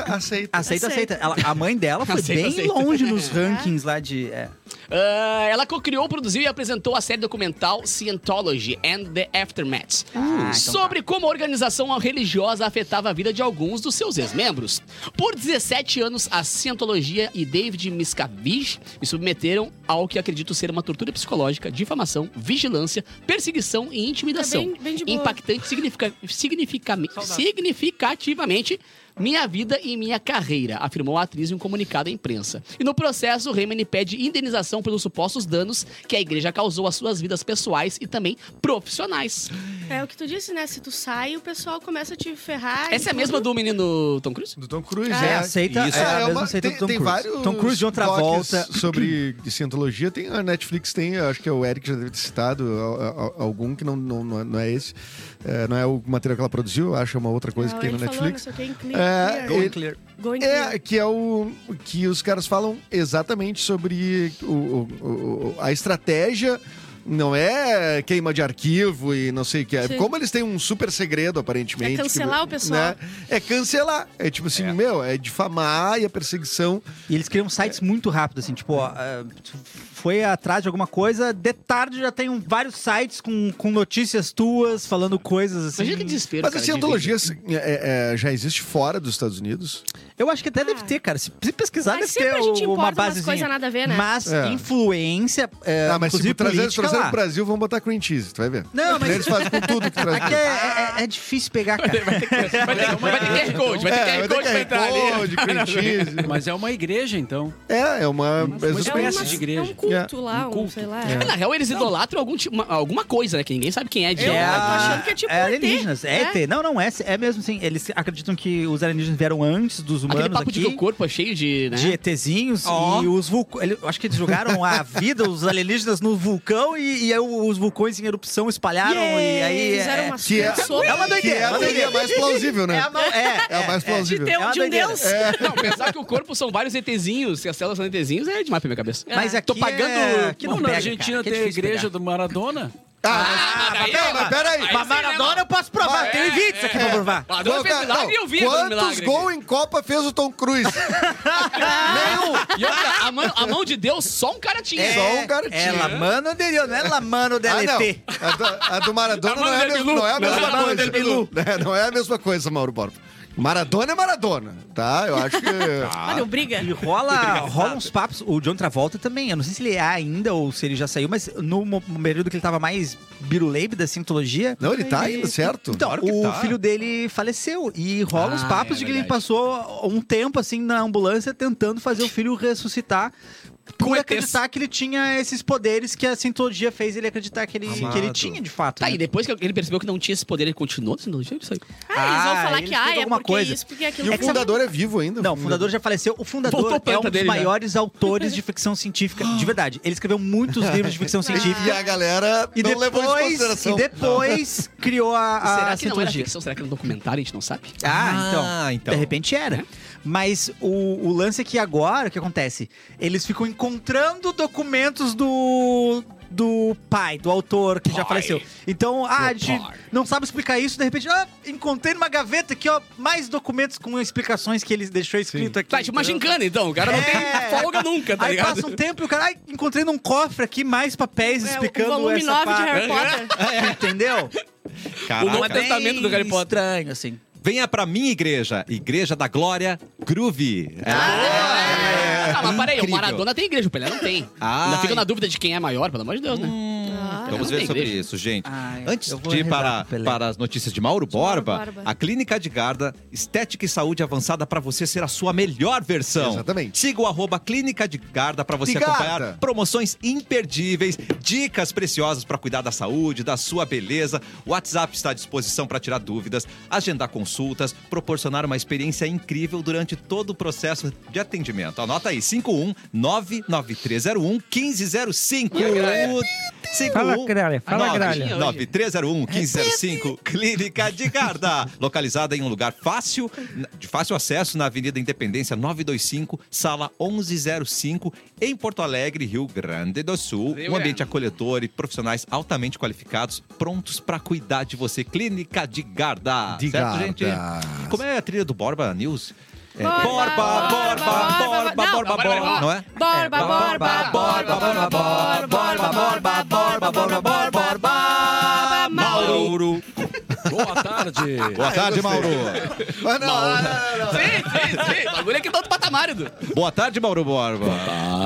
Aceita,
aceita.
aceita.
Aceita.
Ela- a mãe dela foi
Aceita,
bem
aceita.
longe nos rankings lá de. é.
Ah, ela co-criou, produziu e apresentou a série documental Scientology and the Aftermath.
então tá.
sobre como a organização religiosa afetava a vida de alguns dos seus ex-membros. Por 17 anos, a Cientologia e David Miscavige me submeteram ao que acredito ser uma tortura psicológica, difamação, vigilância, perseguição
Tá
e intimidação.
É bem- bem de boa.
impactante significa, significa- significativamente minha vida e minha carreira, afirmou a atriz em um comunicado à imprensa. E no processo, Raymond pede indenização pelos supostos danos que a igreja causou às suas vidas pessoais e também profissionais.
É o que tu disse, né? Se tu sai, o pessoal começa a te ferrar.
Essa é a
e
mesma do menino Tom Cruise?
Do Tom Cruise,
É, aceita,
Isso.
é,
É,
a
é
mesma
uma-
aceita
tem,
do Tom
tem
Cruise.
vários
Tom Cruise de outra
docs
volta.
sobre cientologia tem a Netflix tem acho que é o Eric já deve ter citado a- a- a- algum que não não, não é- não é esse é, não é o material que ela produziu acho que é uma outra coisa
Ah,
que tem
ele
no
falou,
Netflix
não sei o que, em né?
É,
clear.
ele-
Go in clear.
é, que é o que os caras falam exatamente sobre o- o- o- a estratégia. Não é queima de arquivo e não sei o que. é.
Sim.
Como eles têm um super segredo, aparentemente.
É cancelar
que-
o pessoal.
É cancelar. É tipo assim, meu, é difamar e a perseguição.
E eles criam sites muito rápido, assim, tipo, ó, ah, tu foi atrás de alguma coisa, de tarde já tem um- vários sites com, com notícias tuas, falando coisas assim.
Imagina que desespero,
Mas a
cara,
cientologia assim, é- é- já existe fora dos Estados Unidos?
Eu acho que até deve ter, cara. Se, se pesquisar,
Mas
deve
sempre
ter
a gente
o- uma
importa umas
basezinha.
coisas nada a ver, né?
Mas
É.
influência, é,
ah, mas
inclusive
tipo, trazer,
política
trazer
lá.
pro Brasil, vão botar cream cheese, tu vai ver.
Não, mas-
Eles fazem com tudo que traz.
Aqui é, é- é difícil pegar, cara.
Vai ter, vai ter QR Code, vai ter
É,
QR Code pra entrar ali.
code, cream cheese.
Mas é uma igreja, então.
É, é uma...
Mas
É,
uma
uma,
espécie de
é
igreja.
um culto
Yeah.
lá,
Um
um,
culto.
sei lá.
É, Na real, eles idolatram algum tipo, uma- alguma coisa, né? Que ninguém sabe quem é de
Eu-
é
tô
a-
achando que é tipo
é
ET.
alienígenas. É ET. Não, não, é, é mesmo assim. Eles acreditam que os alienígenas vieram antes dos humanos
Aquele papo
aqui.
de que o corpo é cheio de. Né?
de ETzinhos
Ó.
e os vulcões. Acho que eles jogaram a vida, os alienígenas, no vulcão e, e aí o- os vulcões em erupção espalharam. E aí.
Fizeram
é-
uma
Que é,
sopa
É uma
que
doideira,
é a
uma
teoria
doideira.
mais plausível, né?
É, a mão- é,
É a mais
de,
plausível.
de,
É uma
de um
doideira.
deus.
Não, pensar que o corpo são vários ETzinhos, que as células são ETzinhos, é demais pra minha cabeça.
Mas aqui
Tô pagando.
é- aqui não
Bom, na
pega,
Argentina
cara, que é
tem a
difícil
igreja
pegar.
do Maradona.
Ah, daí é
Tá, mas
uma-
peraí.
aí
Mas
sim, né,
Maradona
mano?
eu posso provar,
Mas
tem
é,
vídeos aqui
é.
pra provar.
Maradona fez milagre e eu vi aquele
Quantos
milagre.
gols em Copa fez o Tom Cruise? Nenhum.
Ah, E outra, a mão, a mão de Deus só um cara tinha.
É. Só um garotinho.
Ela mano dele, não é ela mano
Ah,
dele. ET.
não. A do, a do Maradona
A
não é, a
Maradona
mesma,
Bilu.
não é a
Não,
mesma
a Maradona
coisa.
Bilu.
É, Não é a mesma coisa, Mauro Borba. Maradona é Maradona, tá? Eu acho que...
É
Olha, o briga.
E rola, rola uns papos. O John Travolta também. Eu não sei se ele é ainda ou se ele já saiu, mas no mo- período que ele tava mais biruleibe da cientologia,
Não, ele tá ainda, certo?
Então,
Claro que
o
tá.
filho dele faleceu e rola uns
Ah,
papos
é
de que ele
verdade.
passou um tempo assim na ambulância tentando fazer o filho ressuscitar. Por
ETs.
acreditar que ele tinha esses poderes que a cientologia fez ele acreditar que ele, que ele
Amado.
tinha, de fato.
Tá,
né?
e depois que ele percebeu que não tinha esse poder, ele continuou sendo isso aí.
Ah, eles vão
Ah,
falar
eles
que ah,
pegam
é
alguma
porque
coisa.
isso, porque aquilo.
E
É
o
que sabe-
fundador é vivo ainda.
Não, o fundador já faleceu. O
Voltou a
fundador é
planta
um dos
dele já.
maiores autores de ficção científica, de verdade. Ele escreveu muitos livros de ficção científica.
E a galera
é E
não levou isso em
depois,
consideração.
e depois criou a, a
Será que não era
cientologia.
ficção? Será que era um documentário? A gente não sabe.
Ah, então.
Ah, então.
De repente era. Mas o, o lance é que agora, o que acontece? Eles ficam encontrando documentos do. Do pai, do autor que já
Pai.
faleceu. Então, ah, a gente
pai.
não sabe explicar isso, de repente, ah, encontrei numa gaveta aqui, ó, mais documentos com explicações que eles deixou escrito aqui.
Tá, tipo uma
entendeu?
gincana, então. O cara não
É.
tem folga nunca, tá
Aí
ligado?
passa um tempo e o cara, ai, encontrei num cofre aqui mais papéis
É, o
explicando
volume
essa
9 de
parte. É,
Harry Potter.
Entendeu?
Caraca.
O nome Tratamento do Harry Potter.
estranho, assim.
Venha pra minha igreja, Igreja da Glória Groove. É.
Ah, mas peraí, o
Incrível.
Maradona tem igreja, o Pelé não tem.
Ah,
Ainda fica na
e-
dúvida de quem é maior, pelo amor de Deus, né?
Ah,
Então,
Vamos ver
Não tem
sobre
igreja.
isso, gente.
Ai,
Antes
eu vou
de ir para,
rezar pro Pelé.
para as notícias de Mauro
Mauro
Borba,
Borba.
a Clínica de Garda, estética e saúde avançada para você ser a sua melhor versão.
Exatamente.
Siga o arroba Clínica de Garda para você
De Garda.
acompanhar promoções imperdíveis, dicas preciosas para cuidar da saúde, da sua beleza. O WhatsApp está à disposição para tirar dúvidas, agendar consultas, proporcionar uma experiência incrível durante todo o processo de atendimento. Anota aí, 51 99301 1505.
Fala,
51
Gralha, fala,
nove-
Gralha.
9301 1505, Clínica de Garda. Localizada em um lugar fácil, de fácil acesso na Avenida Independência 925, sala 1105, em Porto Alegre, Rio Grande do Sul.
Rio
um ambiente
Grande.
acolhedor e profissionais altamente qualificados, prontos pra cuidar de você. Clínica de Garda.
De
certo,
Garda.
gente? Como é a trilha do Borba News? Borba, borba, borba, borba, borba, não é?
Borba, borba, borba, borba, borba, borba, borba, borba, borba, borba, borba, Mauro.
Mauro. Boa tarde.
Boa tarde, Mauro.
Ah,
Mas não, não, não, não, não.
Sim, sim, sim. O bagulho aqui tá outro patamar, Edu.
Boa tarde, Mauro Borba.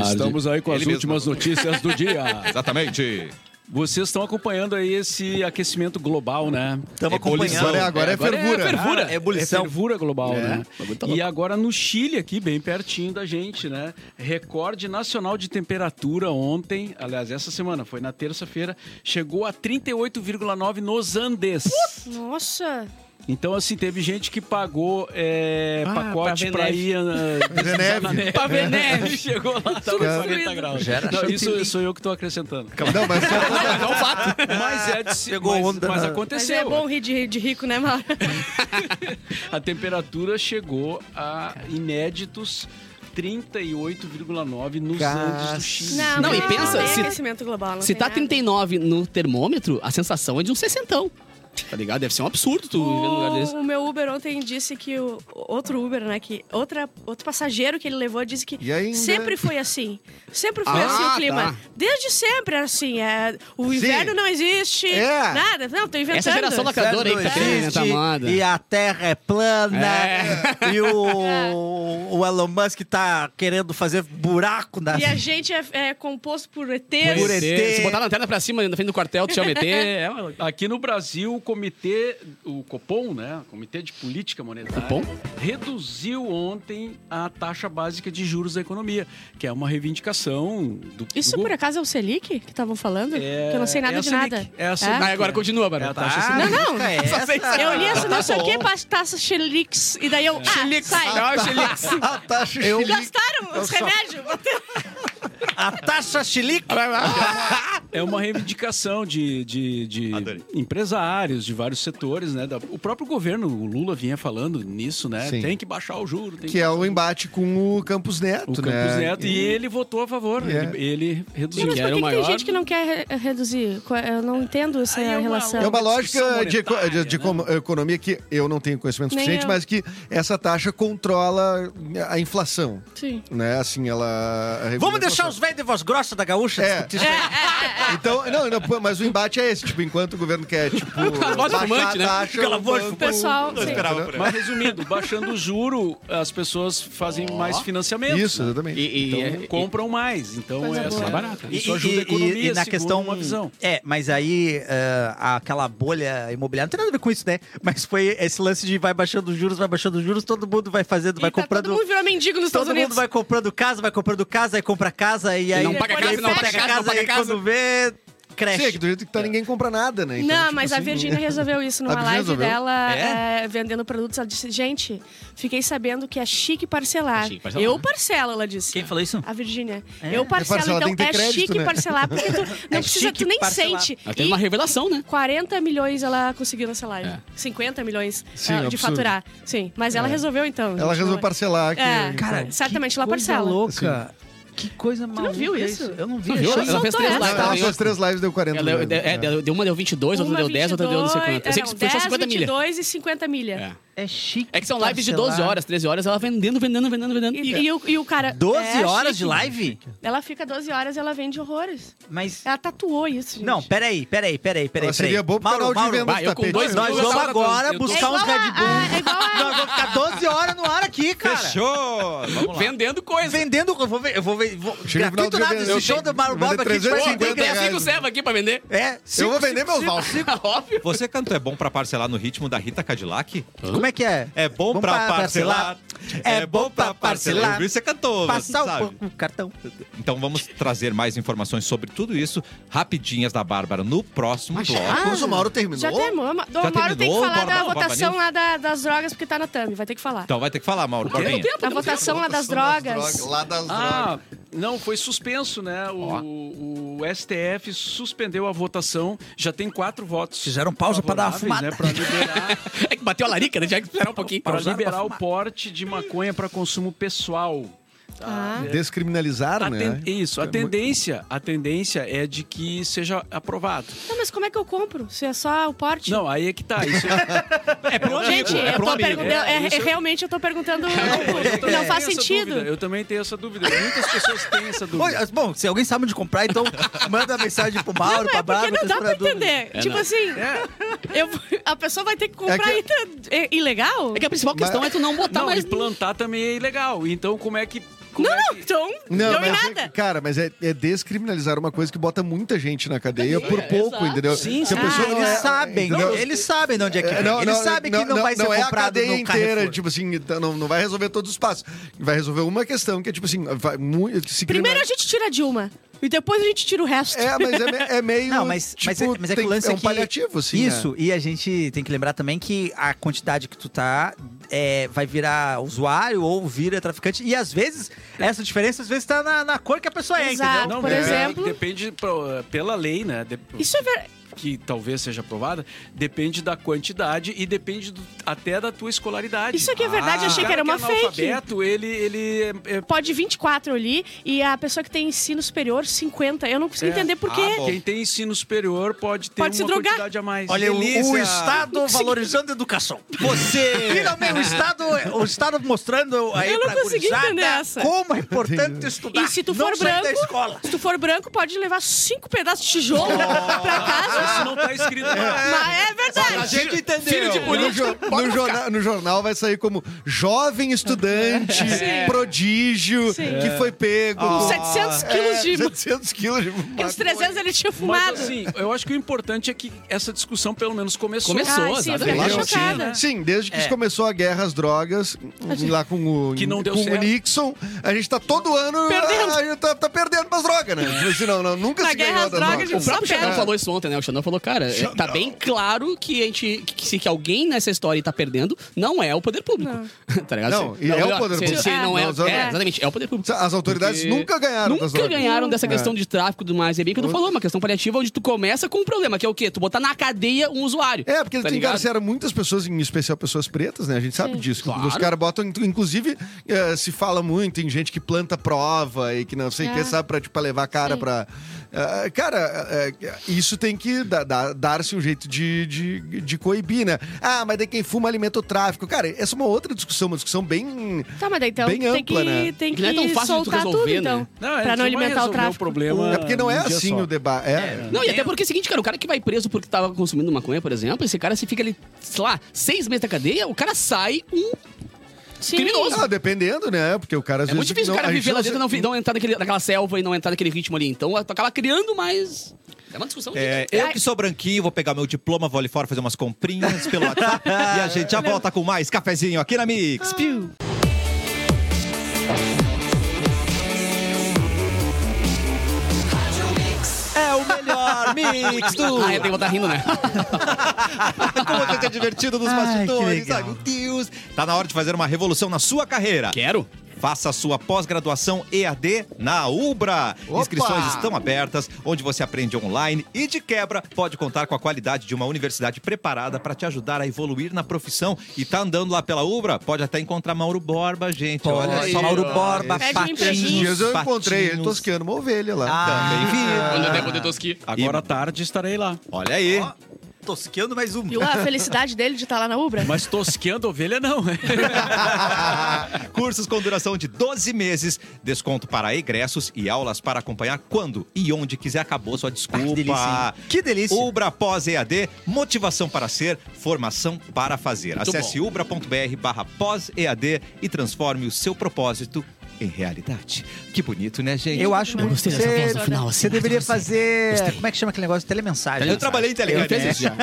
Estamos aí com as
Ele mesmo.
últimas notícias do dia.
Exatamente.
Vocês estão acompanhando aí esse aquecimento global, né?
Estamos
Ebulição.
acompanhando.
Agora é, agora é fervura.
É fervura.
Ah, é ebulição.
É fervura global, né?
tá
E agora no Chile, aqui, bem pertinho da gente, né? Recorde nacional de temperatura ontem, aliás, essa semana, foi na terça-feira, chegou a 38,9 nos Andes.
Nossa.
Então, assim, teve gente que pagou é,
Ah,
pacote
pra
pra
ver neve.
ir ah,
Ver neve.
Pra ver neve, chegou lá, tava 40 graus.
Já era
Não, isso sou eu que tô acrescentando.
Não, mas
É um fato.
Mas é de se-
Pegou
mas,
onda
mas
na-
Mas
aconteceu.
é bom rir de, de rico, né, Mauro?
A temperatura chegou a inéditos 38,9 nos Andes do Chile.
Não,
mas
e pensa,
tem
se-
aquecimento global, não
Se
tem
tá
nada.
39 no termômetro, a sensação é de um sessentão. Tá ligado? Deve ser um absurdo tu viver num lugar desse.
O, o meu Uber ontem disse que o outro Uber, né, que outra, outro passageiro que ele levou disse que
E ainda-
sempre foi assim. Sempre foi
Ah,
assim o clima.
tá.
Desde sempre era assim, é, o inverno não existe,
É.
nada. Não, tô inventando.
Essa geração lacradora aí que tá querendo inventar moda.
E a Terra é plana. E o,
É.
o Elon Musk tá querendo fazer buraco na.
E a gente é, é composto por ETs.
Por ET.
Se botar a lanterna pra cima na frente do quartel, tu chama ET. É uma-
Aqui no Brasil, o comitê, o Copom, né? o Comitê de Política Monetária,
Copom?
reduziu ontem a taxa básica de juros da economia, que é uma reivindicação do
Isso
do
por
go-
acaso é o Selic que estavam falando?
É-
que eu não sei nada
é a
de
Selic.
nada.
É a
Ah,
Selic.
agora continua, Tá
É a
Barão.
taxa
Ah,
Selic.
Não, não.
é essa?
Eu li essa não sei o
bom.
que, pas- taça Xelix. E daí eu. Ah, sai.
Tá,
Ah, Xelix.
é
a taxa
E
Chile-
Gastaram os remédios.
A taxa Chilique.
É uma reivindicação de, de, de
Adorei.
empresários de vários setores, né? da- O próprio governo, o Lula vinha falando nisso, né?
Sim.
Tem que baixar o juro, tem
Que é o embate com o Campos Neto,
o Campos
né?
Neto. E ele votou a favor,
É.
ele, ele reduziu.
Mas
Que
é.
por
era
que,
o
que tem
maior.
gente que não quer re- reduzir? Qual- Eu não entendo essa
Aí é uma-
relação.
É uma
Uma
lógica
discussão
de, eco- de- de
monetária,
como- economia que eu não tenho conhecimento
né? Nem
suficiente,
eu.
mas que essa taxa controla a inflação,
Sim.
né? Assim, ela... a
Vamos deixar
regulamentação.
os velhos de voz grossa da gaúcha
É.
discutir isso aí.
Então, não, não, pô, mas o embate é esse, tipo, enquanto o governo quer, tipo,
voz
baixar
fumante, né?
a taxa...
Aquela
o
voz
banco-
Pessoal, sim.
por
Mas resumindo, baixando o juro, as pessoas fazem mais financiamento.
Isso,
né?
exatamente.
E, e,
Então
é-
compram mais. Então
Coisa
essa
boa.
é barata.
E-
Isso
e-
ajuda
e-
a economia,
e, na
segundo
questão
uma visão.
É, mas aí eh, aquela bolha imobiliária não tem nada a ver com isso, né? Mas foi esse lance de vai baixando os juros, vai baixando os juros, todo mundo vai fazendo, vai
E tá
comprando.
Todo mundo virou mendigo nos Estados
todo mundo
Unidos.
vai comprando casa, vai comprando casa, aí compra casa e aí
não paga
e aí
casa, não paga
hipoteca
casa, não paga
aí
casa.
quando vê
Sim, é
cresce.
que do jeito que tá, ninguém compra nada, né? Então,
não,
tipo
mas a
assim,
Virgínia resolveu isso
A
numa
Virgínia
live
resolveu?
dela é, vendendo produtos. Ela disse: Gente, fiquei sabendo que é chique parcelar.
É chique parcelar.
Eu parcelo, ela disse.
Quem falou isso?
A Virgínia.
É.
Eu parcelo,
parcelar, tem que
então
ter
é
crédito,
chique
né?
parcelar, porque tu não
É
precisa,
chique
tu nem
parcelar.
sente.
Ela
E
teve uma revelação, né?
40 milhões ela conseguiu nessa live.
É.
50 milhões
Sim,
ah, de
absurdo.
faturar. Sim. Mas ela resolveu, então. gente,
Ela resolveu
não-
parcelar. Que,
É.
Cara,
Certamente
que
ela
coisa
parcela.
louca. Que coisa maluca.
viu
é
isso?
Eu não vi.
Não viu?
achei-
Ela fez três
soltou
Não,
lives.
essa.
ela
ela deu-
fez Ah, três lives, deu 40
Ela
milhões,
deu, é,
né?
deu- deu uma deu 22, outra
Uma
deu 10, outra deu não sei
22,
quanto. Eu sei que
é, não,
fechou
10,
50 milha.
22 e 50 milha.
É.
É chique.
É que são lives de 12
parcelar.
horas, 13 horas, ela vendendo, vendendo, vendendo, vendendo.
E, e o, e o cara.
12
é
horas de
chique.
live?
Ela fica 12 horas e ela vende horrores.
Mas.
Ela tatuou isso, É, gente.
Não, peraí, peraí, peraí, peraí.
Ela
peraí.
seria bom pro canal de venda
vai,
de
eu com
tapete.
dois
Nós
Eu
vamos
tava- eu
agora
tô-
buscar uns Red Bull.
É igual a.
Nós vamos ficar 12 horas no ar aqui, cara.
Fechou! Vamos lá.
Vendendo coisa.
Vendendo, eu vou ver, eu vou ver, vou,
Chega no final
gratuito
do dia,
nada, esse
eu
show
tenho-
do Mauro
eu vou
Bob aqui, a gente vai
vender
vender
350
Tem
ingresso.
cinco servos aqui pra vender.
É,
Eu
cinco,
vou vender
cinco,
meus
cinco.
valsos.
Óbvio.
Você cantou É Bom Pra Parcelar no ritmo da Rita Cadillac?
Como é que é?
É bom,
Bom
pra,
pra
parcelar.
É bom pra parcelar.
Isso você cantou, você
Passar um
sabe.
pouco o cartão.
Então vamos trazer mais informações sobre tudo isso rapidinhas da Bárbara no próximo bloco.
Mas o Mauro terminou.
Já terminou. Ma-
Já
o Mauro tem que
terminou,
falar
Borba-
da
Borba
votação
News?
lá da- das drogas, porque tá na thumb. Vai ter que falar.
Então vai ter que falar, Mauro. Borbinha.
A votação lá das drogas.
Lá das drogas.
Ah, não, foi suspenso, né? O, o STF suspendeu a votação. Já tem quatro votos.
Fizeram pausa pra dar uma
favoráveis,
fumada.
Né, pra liberar
É que bateu a larica, né? Tinha que esperar um pouquinho.
para
Pausaram pra
liberar o
fumar.
porte de maconha para consumo pessoal.
Ah.
É.
Descriminalizar,
A
né?
ten- Isso, a tendência, a tendência é de que seja aprovado.
Não, mas como é que eu compro? Se é só o porte?
Não, aí é que tá. Isso
É pra um amigo,
Gente,
é
eu
pra um
tô
amigo.
perguntando. é-
É, isso
é-
eu-
realmente eu tô perguntando.
Eu também
não faz
tenho essa
sentido.
dúvida, Eu também tenho essa dúvida. Muitas pessoas têm essa
Oi,
dúvida.
ah, Bom, se alguém sabe onde comprar, então manda mensagem pro Mauro,
Não,
pra
é porque
Bárbara.
não dá
pra
pra
dúvida.
entender. tipo assim,
É,
eu, a pessoa vai ter que comprar
É
ainda. É ilegal?
É que a principal questão é tu não botar
não,
mais.
implantar também é ilegal. Então, como é que. como
Não,
é
não,
que-
então. Não,
Não,
é
mas, é-
nada.
cara, mas é, é descriminalizar uma coisa que bota muita gente na cadeia por
é,
pouco,
exato.
entendeu?
Sim,
Se a
sim.
pessoa
Ah,
não
eles
é-
sabem.
entendeu?
eles sabem de onde é que é.
É, não,
eles
não,
sabem que não, vai ser
não é a
comprado
cadeia
no
inteira,
Carrefour.
tipo assim, tá, não, não vai resolver todos os passos. Vai resolver uma questão que é tipo assim, vai muito. se
Primeiro a
criminaliza-
gente tira a Dilma. E depois a gente tira o resto.
É, mas é, me- é meio.
Não, mas, mas, é,
tipo,
mas é que
tem-
o lance
é
é
um
que-
paliativo, assim. né?
Isso, e a gente tem que lembrar também que a quantidade que tu tá é, vai virar usuário ou vira traficante. E às vezes, essa diferença às vezes tá na, na cor que a pessoa é,
Exato.
entendeu?
Não,
por
é,
exemplo-
Depende pro- pela lei, né? De-
Isso é verdade.
Que talvez seja aprovada. Depende da quantidade e depende do- até da tua escolaridade.
Isso aqui é verdade,
O
achei que
cara
era uma
é
fake.
analfabeto, ele, ele é- é-
Pode 24 ali e a pessoa que tem ensino superior, 50. Eu não consigo entender por quê.
Quem tem ensino superior pode ter
Tá Pode se
uma
drogar.
quantidade a mais.
Olha, o, o
Delícia.
Estado valorizando a educação. Você! Finalmente, o Estado, o Estado mostrando aí
Eu não
pra
consegui
gurizada
entender essa.
como é importante estudar.
E se tu
não
for
sair da
branco-
escola.
Se tu for branco, pode levar cinco pedaços de tijolo pra casa.
Ah!
Isso não tá escrito lá.
Mas é verdade.
gente entendeu.
Filho de
No,
político.
jo- no jornal, no jornal vai sair como jovem estudante, prodígio,
Sim.
que foi pego.
Com
com-
700 quilos
É,
de.
700 quilos de
Que os 300 ele tinha fumado.
Mas assim, eu acho que o importante é que essa discussão pelo menos começou.
Começou.
Ai, sim, eu
sabe?
fiquei
Lá no
chocada. É.
Sim, desde que começou a guerra às drogas, lá com o,
Que não deu
com o
certo.
Nixon, a gente tá todo ano.
Perdendo.
A, gente tá, tá perdendo pras drogas, né? Tipo assim, não, não, nunca
Na
se
guerra
ganhou
às
das
drogas,
O
drogas.
próprio
Só
Xandão
pera.
falou isso ontem, né? O Xandão falou, cara, é, tá bem claro que a gente. Que, se- que alguém nessa história tá perdendo, não é o poder público. tá ligado?
Não,
Se-
e é o
melhor,
poder
se-
público.
se não é,
Não,
é,
é.
exatamente, é o poder público.
As autoridades
Porque
nunca ganharam das
Nunca
drogas.
ganharam dessa questão de tráfico e tudo mais. É bem que tu falou, uma questão paliativa onde tu começa com um problema, que é o quê? Tu botar na cadeia um usuário.
É, porque eles
tá
tá
ligado?
encarceram muitas pessoas, em especial pessoas pretas, né? A gente sabe disso.
Claro.
Os caras botam, inclusive, eh, se fala muito em gente que planta prova e que não sei o
É.
que, sabe, pra, tipo, pra levar a cara
Sim.
pra. Ah, cara, eh, isso tem que da- da- dar-se um jeito de, de, de coibir, né? Ah, mas daí quem fuma alimenta o tráfico. Cara, essa é uma outra discussão, uma discussão bem.
Tá, mas daí então
Bem
tem
ampla,
que,
né?
tem que
Não é tão fácil de tu
soltar
resolver,
tudo,
né?
então.
Não, é,
pra
tu
não
vai
alimentar o
resolver
tráfico.
problema
É porque não é
num dia
assim
só.
o debate. É.
Não, e até porque um é o seguinte, cara, o cara que vai preso porque tava consumindo maconha, por exemplo, esse cara, se fica ali, sei lá, seis meses na cadeia, o cara sai um
Sim.
criminoso.
Ah, dependendo, né? Porque o cara às
É
vezes.
muito difícil o cara
a gente
viver lá
se-
dentro e não, vi- não entrar naquele- naquela selva e não entrar naquele ritmo ali. Então tu acaba criando mais. É uma discussão.
É,
de-
eu
Ai,
que sou branquinho, vou pegar meu diploma, vou ali fora fazer umas comprinhas pelo WhatsApp e a gente já volta com mais cafezinho aqui na Mix.
Ah.
Piu. É o melhor mix do...
Ah, eu tenho que botar rindo, né?
Como você é divertido nos
Ai, que
bastidores,
legal.
ai meu Deus. Tá na hora de fazer uma revolução na sua carreira.
Quero.
Faça a sua pós-graduação EAD na Ubra. Inscrições estão abertas, onde você aprende online e de quebra pode contar com a qualidade de uma universidade preparada para te ajudar a evoluir na profissão. E tá andando lá pela Ubra, pode até encontrar Mauro Borba, gente. Olha
Olha,
só.
Mauro Borba,
Pede um
Esses
Patinho.
empreguinho.
dias eu
Patinhos.
encontrei ele tosqueando uma ovelha lá.
Ah,
Quando eu der, vou ter tosqui. É
Agora à tarde estarei lá.
Olha aí.
tosqueando mais um.
Viu a felicidade dele de estar lá na Ubra?
Mas tosqueando ovelha não. né?
Cursos com duração de 12 meses, desconto para egressos e aulas para acompanhar quando e onde quiser. Acabou sua desculpa.
Ah, que delícia, hein? Que delícia.
Ubra Pós EAD, motivação para ser, formação para fazer.
Muito
Acesse ubra.br barra pós EAD e transforme o seu propósito em realidade. Que bonito, né, gente?
Eu acho muito.
gostei dessa voz no final, assim,
Você deveria
gostei.
fazer. Como é que chama aquele negócio? Telemensagem.
Eu trabalhei em
É,
telegrafia.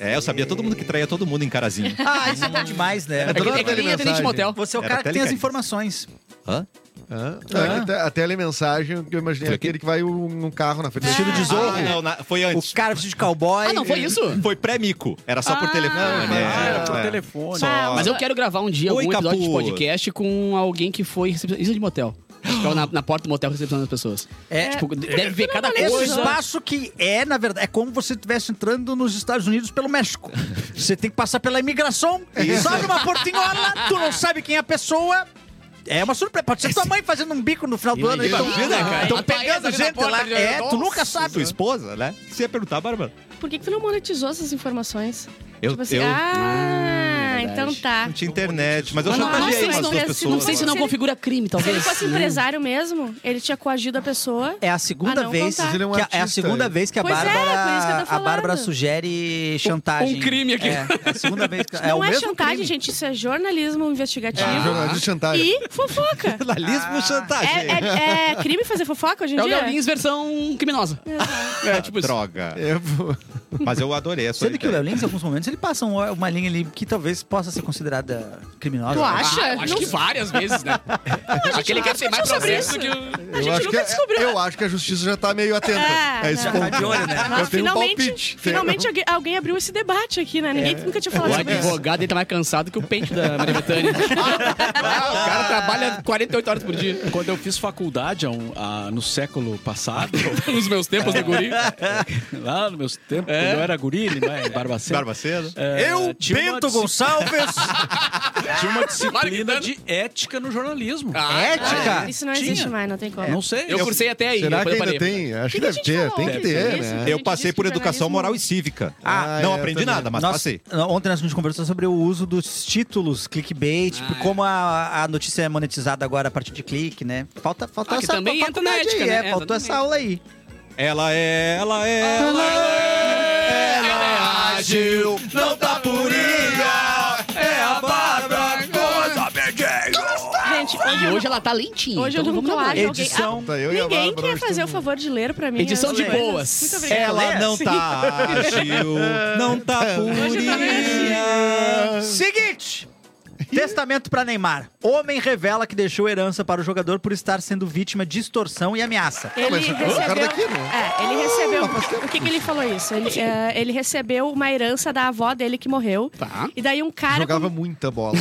é.
É, eu sabia todo mundo que traía todo mundo em carazinho.
Ah, isso é bom demais, né?
É que, é que nem a Tenente
mensagem.
Motel.
Você é o
Era
cara que tem as
telecarisma.
informações.
Hã?
Hã? Ah, Até, a telemensagem que eu imaginei
Foi aqui?
aquele que vai um, um carro na frente. é. Estilo de
Ah, não, na- foi
O
antes.
cara vestido de cowboy.
Ah, não foi isso?
Foi pré-mico. Era só por
Ah,
telefone.
Ah,
é.
era por
É.
telefone.
Ah,
Mas eu quero gravar um dia
Oi,
um episódio de
Capu.
podcast com alguém que foi recepcionista é de motel. Que ficava na, na porta do motel recepcionando as pessoas.
É.
Tipo, deve ver cada
Esse
coisa.
é um espaço que é, na verdade, é como você estivesse entrando nos Estados Unidos pelo México. Você tem que passar pela imigração, sobe uma portinhola, tu não sabe quem é a pessoa, É uma surpresa. Pode ser tua mãe fazendo um bico no final do ano.
Imagina, cara.
Estão
A Thaís
pegando
ali na
gente
porta
lá.
de-
É, tu
Nossa.
nunca sabe.
Sua esposa, né? Você ia perguntar, Bárbara.
Por que, que tu não monetizou essas informações?
Eu,
tipo assim,
eu
ah, então tá.
não tinha internet, mas eu
Mas não,
chantageei
sei se
umas
não-
duas pessoas.
não sei se não é
Se ele-
configura crime,
Se ele
talvez.
fosse empresário mesmo, ele tinha coagido a pessoa.
É a segunda
Ah, não,
vez.
contar.
Ele é um
que a- é a
artista,
segunda
ele.
vez que a
Pois é,
Bárbara.
por isso que eu tô
a
falando.
Bárbara sugere chantagem.
um crime aqui.
É, é a segunda vez que. É o
não é
mesmo
chantagem,
crime.
gente. Isso é jornalismo investigativo
Jornal de chantagem.
Ah, é. e fofoca.
Jornalismo chantagem.
É, é- é crime fazer fofoca hoje em
É o
dia?
Léo Lins versão criminosa. É, tipo isso.
Droga.
É, pô.
Mas eu adorei essa
Sendo que é o
ideia.
Léo Lins, em alguns momentos, ele passa um- uma linha ali que talvez possa ser considerada criminosa.
Tu
né?
acha?
Ah, eu acho
Não-
que várias vezes, né? Aquele
nunca
quer ter mais
discutiu sobre
processo
isso.
que...
A gente
eu, acho
nunca
que, é-
descobriu.
eu acho que a justiça já tá meio atenta.
É,
É, isso
não.
Tá
ponto.
de olho, né?
Nossa,
Eu tenho um
finalmente,
palpite.
finalmente alguém, alguém abriu esse debate aqui, né? Ninguém nunca tinha falado
O
sobre isso.
advogado ele tá mais cansado que o pente da Maria Bethânia. Ah, o cara trabalha 48 horas por dia.
Quando eu fiz faculdade há um- há- no século passado,
Nos meus tempos de guri.
lá nos meus tempos,
É.
quando eu era guri, né, em Barbacena,
Barbacena.
é, tinha uma
Bento
dis-
Gonçalves!
Tinha uma disciplina de ética no jornalismo.
Ah,
Ética!
Ah, Isso não existe
Tinha. É,
mais, não tem como.
Não sei.
Eu cursei até aí.
Será que
depois eu
ainda
parei.
tem? Acho que,
que a
deve
gente
ter,
falou
tem que
ontem
ter,
sobre isso?
né?
gente
Eu passei
disse
por
que
educação
jornalismo-
moral e cívica.
Ah,
não
é,
aprendi
também.
nada, mas
Nós-
passei.
ontem nós a gente conversou sobre o uso dos títulos clickbait,
é.
Ah,
como a, a notícia é monetizada agora a partir de clique, né? Falta, falta
Ah, que
essa
também entra na
faculdade
ética,
aí,
né?
é, faltou
Exatamente.
essa aula aí.
Ela é, ela é, ela, é, ela é ágil, não tá purinha, é a Bárbara Gomes Abedinho.
Gente, hoje,
E
eu
hoje ela tá lentinha.
Hoje
então
eu
vamos
nunca
lá.
acho alguém.
Edição.
Tá, eu e a
Ah, Ninguém
Bárbara
quer
hoje
fazer o
estamos-
favor de ler pra mim.
Edição
as
de
coisas.
boas.
Muito obrigada.
Ela não tá ágil, não tá
Hoje tá
purinha.
Seguinte! Testamento pra Neymar. Homem revela que deixou herança para o jogador por estar sendo vítima de extorsão e ameaça.
Ele
Ah, mas o cara
recebeu.
daqui, né?
É, ele recebeu. O que, que ele falou isso? Ele, é, ele recebeu uma herança da avó dele que morreu.
Tá.
E daí um cara.
Jogava muita bola.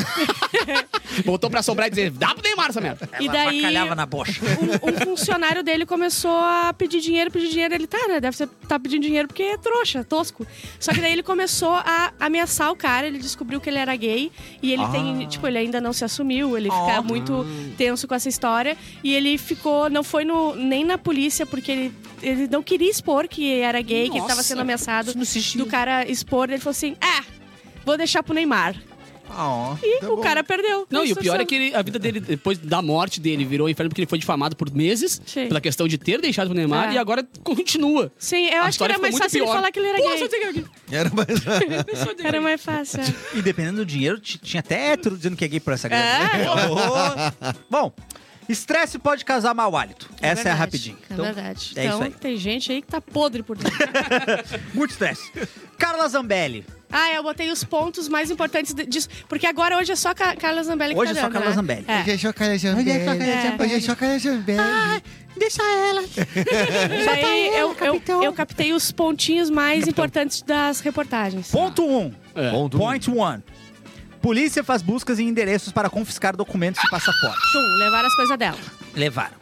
Botou pra sobrar e dizer, dá pro Neymar essa merda.
E
Ela
daí-
avacalhava na bocha.
um, um funcionário dele começou a pedir dinheiro, pedir dinheiro. Ele tá, né? Deve ser, tá pedindo dinheiro porque é trouxa, tosco. Só que daí ele começou a ameaçar o cara, ele descobriu que ele era gay e ele
Ah.
tem, tipo, ele ainda não se assumiu, ele fica muito tenso com essa história. E ele ficou, não foi no, nem na polícia, porque ele, ele não queria expor que era gay, que ele tava
Nossa,
sendo ameaçado.
isso não existiu.
Do cara expor, ele falou assim: ah, vou deixar pro Neymar.
Ah, ó.
E
Tá
o
bom.
cara perdeu.
Não, e o pior é
Extorsão.
que ele- a vida dele, depois da morte dele, virou um inferno porque ele foi difamado por meses
Sim.
pela questão de ter deixado o Neymar
É.
e agora continua.
Sim, eu
a
acho que
história
era
ficou
mais
muito
fácil ele
pior.
falar que ele era
Pô,
gay.
só dizer que-
Era mais...
Era mais fácil. é.
E dependendo do dinheiro, ti- tinha até hétero dizendo que é gay por essa grana.
É.
Ô, Bom, estresse pode causar mau hálito. Essa é
verdade,
rapidinho.
É
Então,
verdade.
é
então,
isso aí.
tem gente aí que tá podre por dentro.
muito estresse. Carla Zambelli.
ah, eu botei os pontos mais importantes de- disso. Porque agora hoje é só Ca Carla Zambelli que
Hoje
tá
é só
dando,
Carla
né?
Zambelli.
É.
é
Ah,
Deixa ela.
Daí eu, eu, eu captei os pontinhos mais importantes das reportagens.
Ponto 1. Um.
É.
Ponto.
Point 1. Um. Polícia faz buscas em endereços para confiscar documentos e passaporte.
Tum, levaram as coisas dela.
Levaram.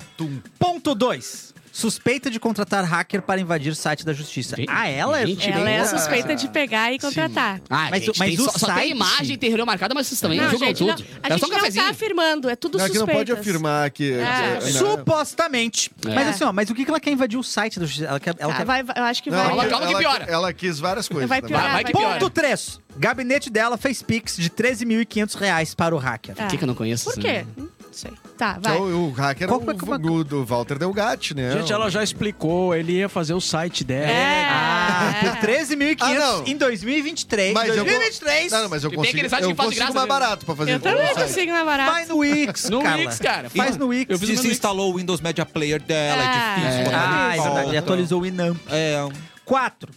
Ponto 2. Suspeita de contratar hacker para invadir site da justiça.
Gente,
ah, ela é,
gente,
Ela é a
Nossa.
suspeita de pegar e contratar.
Ah,
Mas
mas,
o- mas
tem,
o
só, só
site-
tem imagem, tem reunião marcada, mas vocês também
não,
julgam
gente, não,
tudo.
a
é
gente
só um
não tá
cafezinho.
afirmando, é tudo
Não, aqui não
suspeitas.
pode afirmar que...
É.
que- né? não.
Supostamente.
É.
Mas assim, ó, mas o que que ela quer invadir o site da justiça? Ela quer, ela
Ah,
quer-
vai- vai- eu acho que
Não,
vai.
Calma, calma que piora.
Ela quis várias coisas.
Vai
também.
Vai,
piorar,
vai
vai,
que
piorar.
Ponto 3. Gabinete dela fez pix de 13.500 reais para o hacker.
É.
Por que, que eu não conheço
Por
esse
quê?
nome?
Não sei. Tá, vai.
Então, o hacker
Qual
é
foi que
o
uma-
Gugu do Walter Delgatti, né?
Gente, ela já explicou, ele ia fazer o site dela.
É.
Ah,
É.
por 13.500
Ah, não.
em 2023.
Mas eu vou-
2023.
Não, não, mas eu
Tem aquele
consigo,
site É que
eu
faz
consigo
de graça,
mais
né?
barato pra fazer.
Eu também
Vamos lá.
consigo na barata.
Vai no Wix,
No
Carla.
Wix, cara.
Faz no Wix.
Eu fiz uma-
Desinstalou o Windows Media Player dela,
Ah,
é
é.
difícil. botar
Ah,
de
é verdade.
volta.
Ele atualizou o Inamp.
É,
4.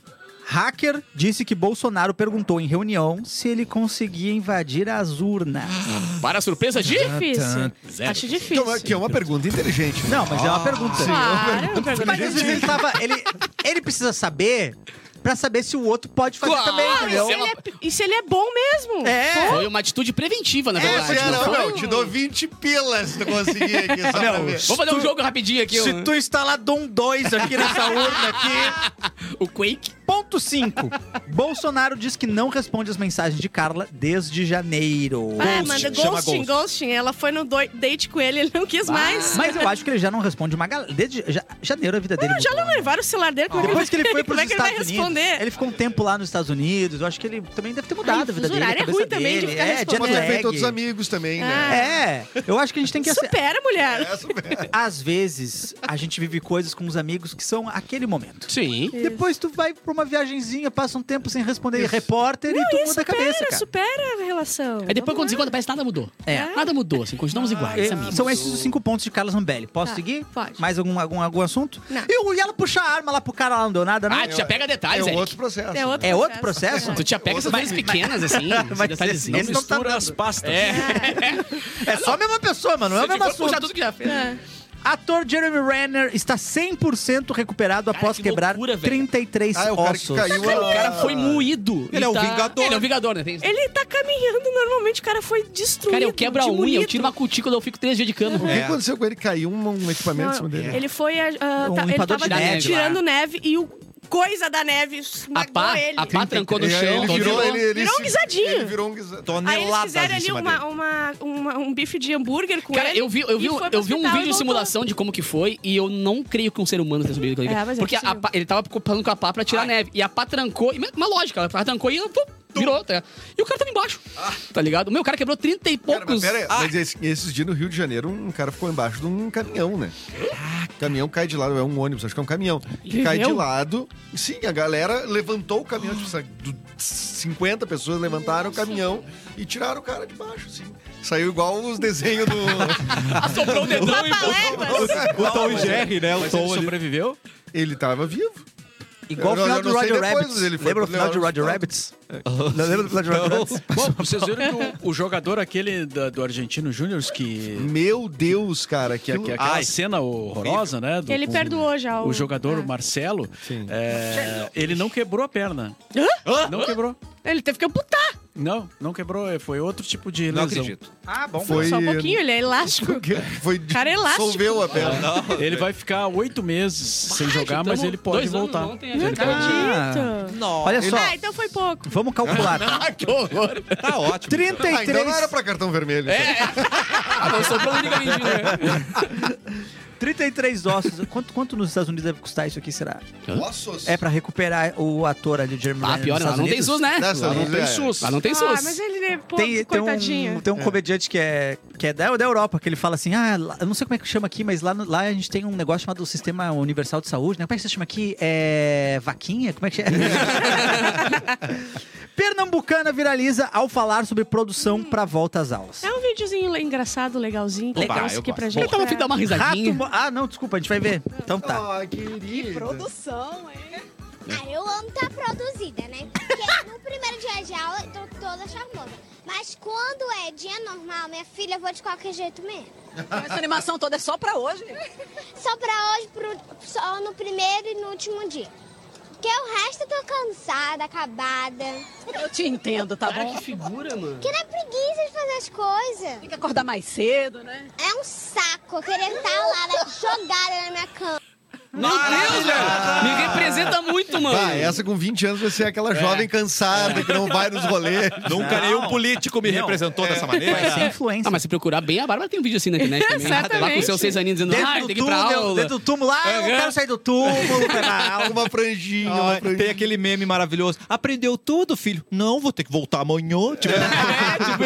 Hacker disse que Bolsonaro perguntou em reunião se ele conseguia invadir as urnas.
Para a surpresa de...
Difícil.
Zero.
Acho
Que é uma-
difícil.
Que é uma pergunta inteligente. né?
Não, mas é uma pergunta.
Claro, não pergunta
Mas às vezes ele tava. Ele, ele precisa saber pra saber se o outro pode fazer
Claro,
também, entendeu?
isso
Se ele é- E se ele é bom mesmo?
É.
Foi uma atitude preventiva, na
É,
verdade. Tipo,
se
não
era,
foi?
meu, te dou 20 pilas se tu conseguir aqui, só pra ver.
Vamos fazer um jogo rapidinho aqui.
Se
um-
tu instalar Doom 2 aqui nessa urna aqui.
O Quake.
Ponto 5. Bolsonaro diz que não responde as mensagens de Carla desde janeiro.
Ah,
Ghost,
manda
chama
ghosting,
ghost.
ghosting. Ela foi no doi- date com ele, ele não quis mais.
Mas eu acho que ele já não responde uma galera. Desde ja- janeiro a vida dele.
Já
mudou,
não
né?
levaram o celular dele? Como é
Depois que ele foi para
como
os
é que ele vai
Estados Unidos,
responder?
ele ficou um tempo lá nos Estados Unidos. Eu acho que ele também deve ter mudado
Ai,
a vida
fuso
dele. a
horário é
cabeça
ruim também de
dele.
ficar
é,
respondendo.
jet
Mas
lag.
afeita outros amigos também, né?
É, eu acho que a gente tem que aceitar.
Supera, mulher.
Às vezes, a gente vive coisas com os amigos que são aquele momento.
Sim.
Depois tu vai pra uma viagenzinha, passa um tempo sem responder repórter e tu muda a cabeça,
supera,
cara.
supera a relação.
Aí depois, quando
Vamos
se
lá.
encontra, parece que nada mudou.
É.
Nada mudou, assim, continuamos iguais,
É,
amigos.
São esses os cinco pontos de Carlos Zambelli. Posso
Tá,
seguir?
pode.
Mais algum, algum, algum assunto?
Não.
E, o- e ela puxar a arma lá pro cara lá, não deu nada, não?
Ah, tu já pega
É
detalhes,
um
Eric.
outro processo.
É outro
É outro
processo.
processo?
Tu já pega essas coisas pequenas, assim, esses
Mas
Não
detalhezinhos.
esse- Eles não tá
mistura
dando.
as pastas.
É só a mesma pessoa, mano. Não é o
Se
mesmo
for puxar
assunto.
tudo que já fez.
É.
Ator Jeremy Renner está 100% recuperado
Cara,
após
que
quebrar
loucura, velho.
33
Ah, é o cara que
ossos.
caiu.
Cara,
a-
o cara foi moído.
Ele é
E
um vingador.
Ele é um vingador, né? Tem isso.
Ele é tá caminhando normalmente, o cara foi destruído.
Cara, eu quebro a unha,
demolido.
eu tiro uma cutícula, eu fico três dias de cama.
O que aconteceu com ele? Caiu um, um equipamento em cima dele.
Ele foi. ah, ah,
Um
tá- ele
limpador
tava
de neve
tirando neve e o coisa da neve
A
esmagou
pá,
ele.
a pá trancou no
E aí
chão.
ele virou, ele, ele
Virou um
se-
guisadinho.
Ele virou um guisadinho.
Aí eles
Toneladas em
fizeram ali
cima
uma,
dele.
uma, uma- um bife de hambúrguer com
Cara,
ele.
eu vi, eu vi,
e foi pro
eu vi um
hospital e
vídeo de
voltou.
simulação de como que foi e eu não creio que um ser humano tenha sobrevivido aquilo.
É, mas é
Porque a
possível.
pá- ele tava falando com a pá pra tirar neve. E a pá trancou. e Uma lógica, ela trancou e ela, pum, virou. Tá ligado? E o cara tava embaixo. Tá ligado? O meu cara quebrou 30 e
Ah. Cara, mas
poucos.
pera aí,
Ah.
mas esse- esses dias no Rio de Janeiro, um cara ficou embaixo de um caminhão, né? O caminhão cai de lado, é um ônibus, acho que é um caminhão.
Ele
cai de
viu?
lado. Sim, a galera levantou o caminhão, tipo, sabe, do- 50 pessoas levantaram o caminhão e tiraram o cara de baixo, assim. Saiu igual os desenhos do.
Assoprou o dedão e
Papaléguas.
O Tom e Jerry, né? O
Mas ele
Tom ali.
sobreviveu?
ele tava vivo.
Igual o
Eu- eu
final do
não sei
Roger
depois,
Rabbit.
ele foi
Lembra o
pro
final de
Leonardo
Roger Rabbit? Lembra do final de Roger Rabbit?
Bom, vocês viram que o, o jogador aquele da- do Argentino Júnior, que,
Meu Deus, cara,
que,
que,
que é aquela
Ai.
cena horrorosa, né? do-
Ele
com-
perdoou já o.
O jogador,
É.
Ah.
o Marcelo,
Sim.
é, ele não quebrou a perna. Não quebrou.
Ele teve que amputar.
Não, não quebrou. é, Foi outro tipo de
Não
lesão.
acredito.
Ah, bom.
foi.
Só um pouquinho, ele é elástico.
Foi
Cara, é elástico.
Solveu a perna.
Ele vai ficar oito meses sem jogar, mas ele pode
dois anos
voltar.
ontem,
Ele
né?
pode-
Ah,
Acredito.
Olha só,
Ah, então foi pouco.
vamos calcular.
Ah, que horror.
Tá ótimo.
Ah, então não
33,
era pra cartão vermelho.
É.
Ah, não, sobrou um ligamento, né?
33 ossos. Quanto, quanto nos Estados Unidos deve custar isso aqui, será?
Ossos.
É pra recuperar o ator ali, o Jeremy
Ah,
Renner,
pior,
nos
lá
Estados
não tem
Unidos?
SUS, né?
Nessa,
Ah,
Lá
não
não tem
tem
SUS. Lá não tem
Ah, mas
SUS.
ele, ele pô,
Tem, tem
coitadinho.
um, tem um comediante que é, que é da, da Europa, que ele fala assim: ah, lá- eu não sei como é que chama aqui, mas lá, no- lá a gente tem um negócio chamado Sistema Universal de Saúde, né? Como é que você chama aqui? É. Vaquinha? Como é que chama? Pernambucana viraliza ao falar sobre produção pra volta às aulas.
Hum. É um videozinho le- engraçado, legalzinho. que
Opa,
trouxe
eu
aqui
gosto.
pra gente. É.
Eu tava afim de dar é uma
Rato.
risadinha.
mo- Ah, não, desculpa, a gente vai ver. Então tá.
Ah, querida.
Produção, hein?
Né?
Ah, eu amo estar produzida, né? Porque no primeiro dia de aula eu tô toda charmosa. Mas quando é dia normal, minha filha, eu vou de qualquer jeito mesmo.
Essa animação toda é só pra hoje?
Só pra hoje, pro, só no primeiro e no último dia. Porque o resto eu tô cansada, acabada.
Eu te entendo, tá bom?
figura, mano.
Que dá preguiça de fazer as coisas.
Tem que acordar mais cedo, né?
É um saco eu querer estar lá né, jogada na minha cama.
Meu Deus, velho. Me representa muito, mano.
Ah, essa com 20 anos vai ser aquela jovem cansada que não vai nos rolês.
Nunca nenhum político me
Não.
representou
É.
dessa maneira.
Vai ser influência.
Ah, mas se procurar bem, a Bárbara tem um vídeo assim na internet também. Lá com
Exatamente.
seus seis aninhos dizendo,
Dentro
ah,
do
tem que ir pra
túnel,
aula.
dentro do túmulo, ah, eu
Aham.
quero sair do túmulo, canal.
Uma franjinha,
Ah,
uma
tem
franjinha.
aquele meme maravilhoso. Aprendeu tudo, filho? Não, vou ter que voltar amanhã.
É.
Tipo,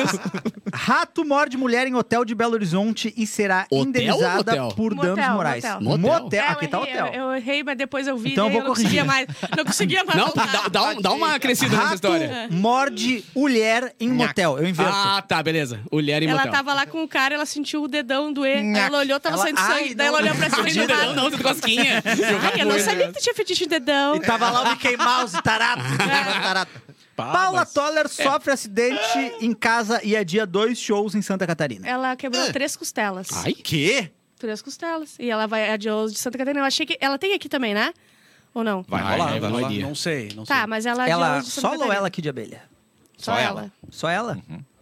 Rato morde mulher em hotel de Belo Horizonte e será
Hotel ou
indenizada
motel?
por
Motel,
danos morais.
motel.
Motel.
É, eu
Aqui tá
errei,
hotel.
Eu, eu errei, mas depois eu vi.
Então eu
daí
vou
não conseguia
corrigir.
mais. Não conseguia mais.
Não,
voltar.
dá, dá, um- dá uma crescida nessa
Rato
história.
morde mulher em motel. Eu invento.
Ah, tá, beleza. Mulher em
Ela
motel.
tava lá com o cara, ela sentiu o dedão doer. Ela olhou, tava
Ela-
saindo
ai,
sangue. daí
não.
ela olhou pra cima e
Não,
do
é não,
nada.
não, de cosquinha.
Ai, eu não sabia que tu tinha fetiche de dedão.
E tava lá o Mickey Mouse, tarado. tarado.
Pá,
Paula
mas-
Toller sofre acidente em casa e adia dois shows em Santa Catarina.
Ela quebrou três costelas.
Ai,
quê?
Três costelas. E ela vai adiar os de Santa Catarina. Eu achei que. Ela tem aqui também, né? Ou não?
Vai
Vai
rolar,
lá,
vai
vai lá.
rolar.
Não sei, não sei.
Tá, mas ela adiou
Ela
os de Santa
solo ou
Catarina.
ela aqui de abelha?
Só
Só
ela.
ela.
Uhum.
Só ela?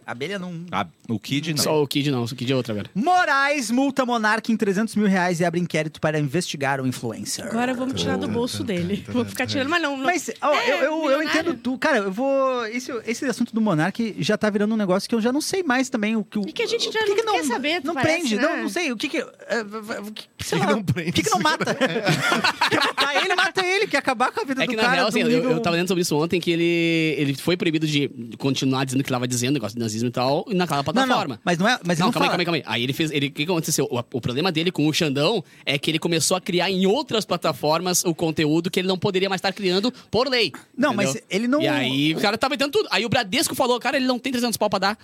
Abelha não.
Ah, o Kid não.
Só o Kid não, o Kid é outra, velho.
Moraes multa Monarca em 300 mil reais e abre inquérito para investigar o influencer.
Agora vamos tirar do bolso dele. Vou ficar tirando, mas não. não.
Mas ó, eu, eu, eu
É, milionário.
entendo tu. Cara, eu vou. Esse, esse assunto do Monark já tá virando um negócio que eu já não sei mais também o que o.
E que a gente
o
já
que
não
que
quer saber,
Não
parece,
prende.
né?
Não, não sei. O que que. eh, o que, que, sei
que
lá,
não prende,
o que que não mata? quer matar ele, mata ele. Quer acabar com a vida
É
do
que na
cara.
real,
do
assim, eu,
nível-
eu tava lendo sobre isso ontem, que ele, ele foi proibido de continuar dizendo o que ele tava dizendo, negócio de nazismo e tal, e naquela
Não, não,
plataforma.
Mas não é. Mas
não,
ele
calma aí,
fala.
calma aí, calma aí. Aí ele fez. ele- O que que aconteceu? O, o problema dele com o Xandão é que ele começou a criar em outras plataformas o conteúdo que ele não poderia mais estar criando por lei.
Não, mas ele não-
E aí o cara tava tentando tudo. Aí o Bradesco falou, cara, ele não tem 300 pau pra dar.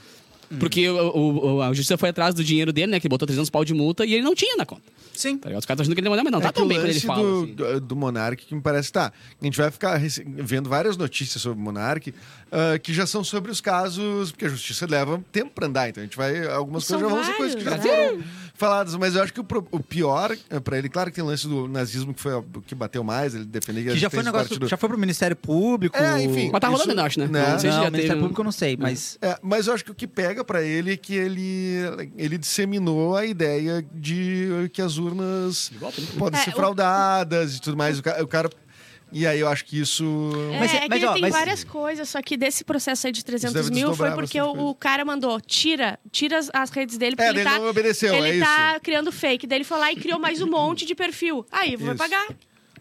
Hum.
Porque o, o- o- a justiça foi atrás do dinheiro dele, né? Que ele botou 300 pau de multa e ele não tinha na conta.
Sim.
Tá ligado? Os caras estão achando que ele não mandar, mas não.
É
tá
que o
tão bem quando ele
lance
fala.
do,
assim.
do, do Monark que me parece tá. A gente vai ficar rece- vendo várias notícias sobre o Monark ah, que já são sobre os casos, porque a justiça leva tempo pra andar, então a gente vai. Algumas
São
coisas já vão ser coisas que já
vários, né?
foram faladas, mas eu acho que o, pro- o pior eh, pra ele, claro que tem o lance do nazismo que foi o que bateu mais, ele defendeu
Que já foi um negócio. Já foi pro Ministério Público.
É, enfim.
Mas tá rolando
Isso-
ainda, eu acho, né?
Né?
Não sei se
Não,
já
o Ministério
teve-
Público eu não sei, mas.
É, mas eu acho que o que pega pra ele é que ele, ele disseminou a ideia de que as urnas podem
É,
ser
o-
fraudadas e tudo mais. O ca- o cara, e aí eu acho que isso.
É,
Mas-
é que
mas,
ele
ó,
tem
mas-
várias coisas, só que desse processo aí de
Isso
300
deve
mil foi
desdobrar
porque
bastante
o, o cara mandou, tira, tira as, as redes dele, porque
É,
ele,
ele
tá,
não obedeceu,
ele
é
tá
isso.
criando fake. Daí ele foi lá e criou mais um monte de perfil. Aí, vai
Isso.
pagar.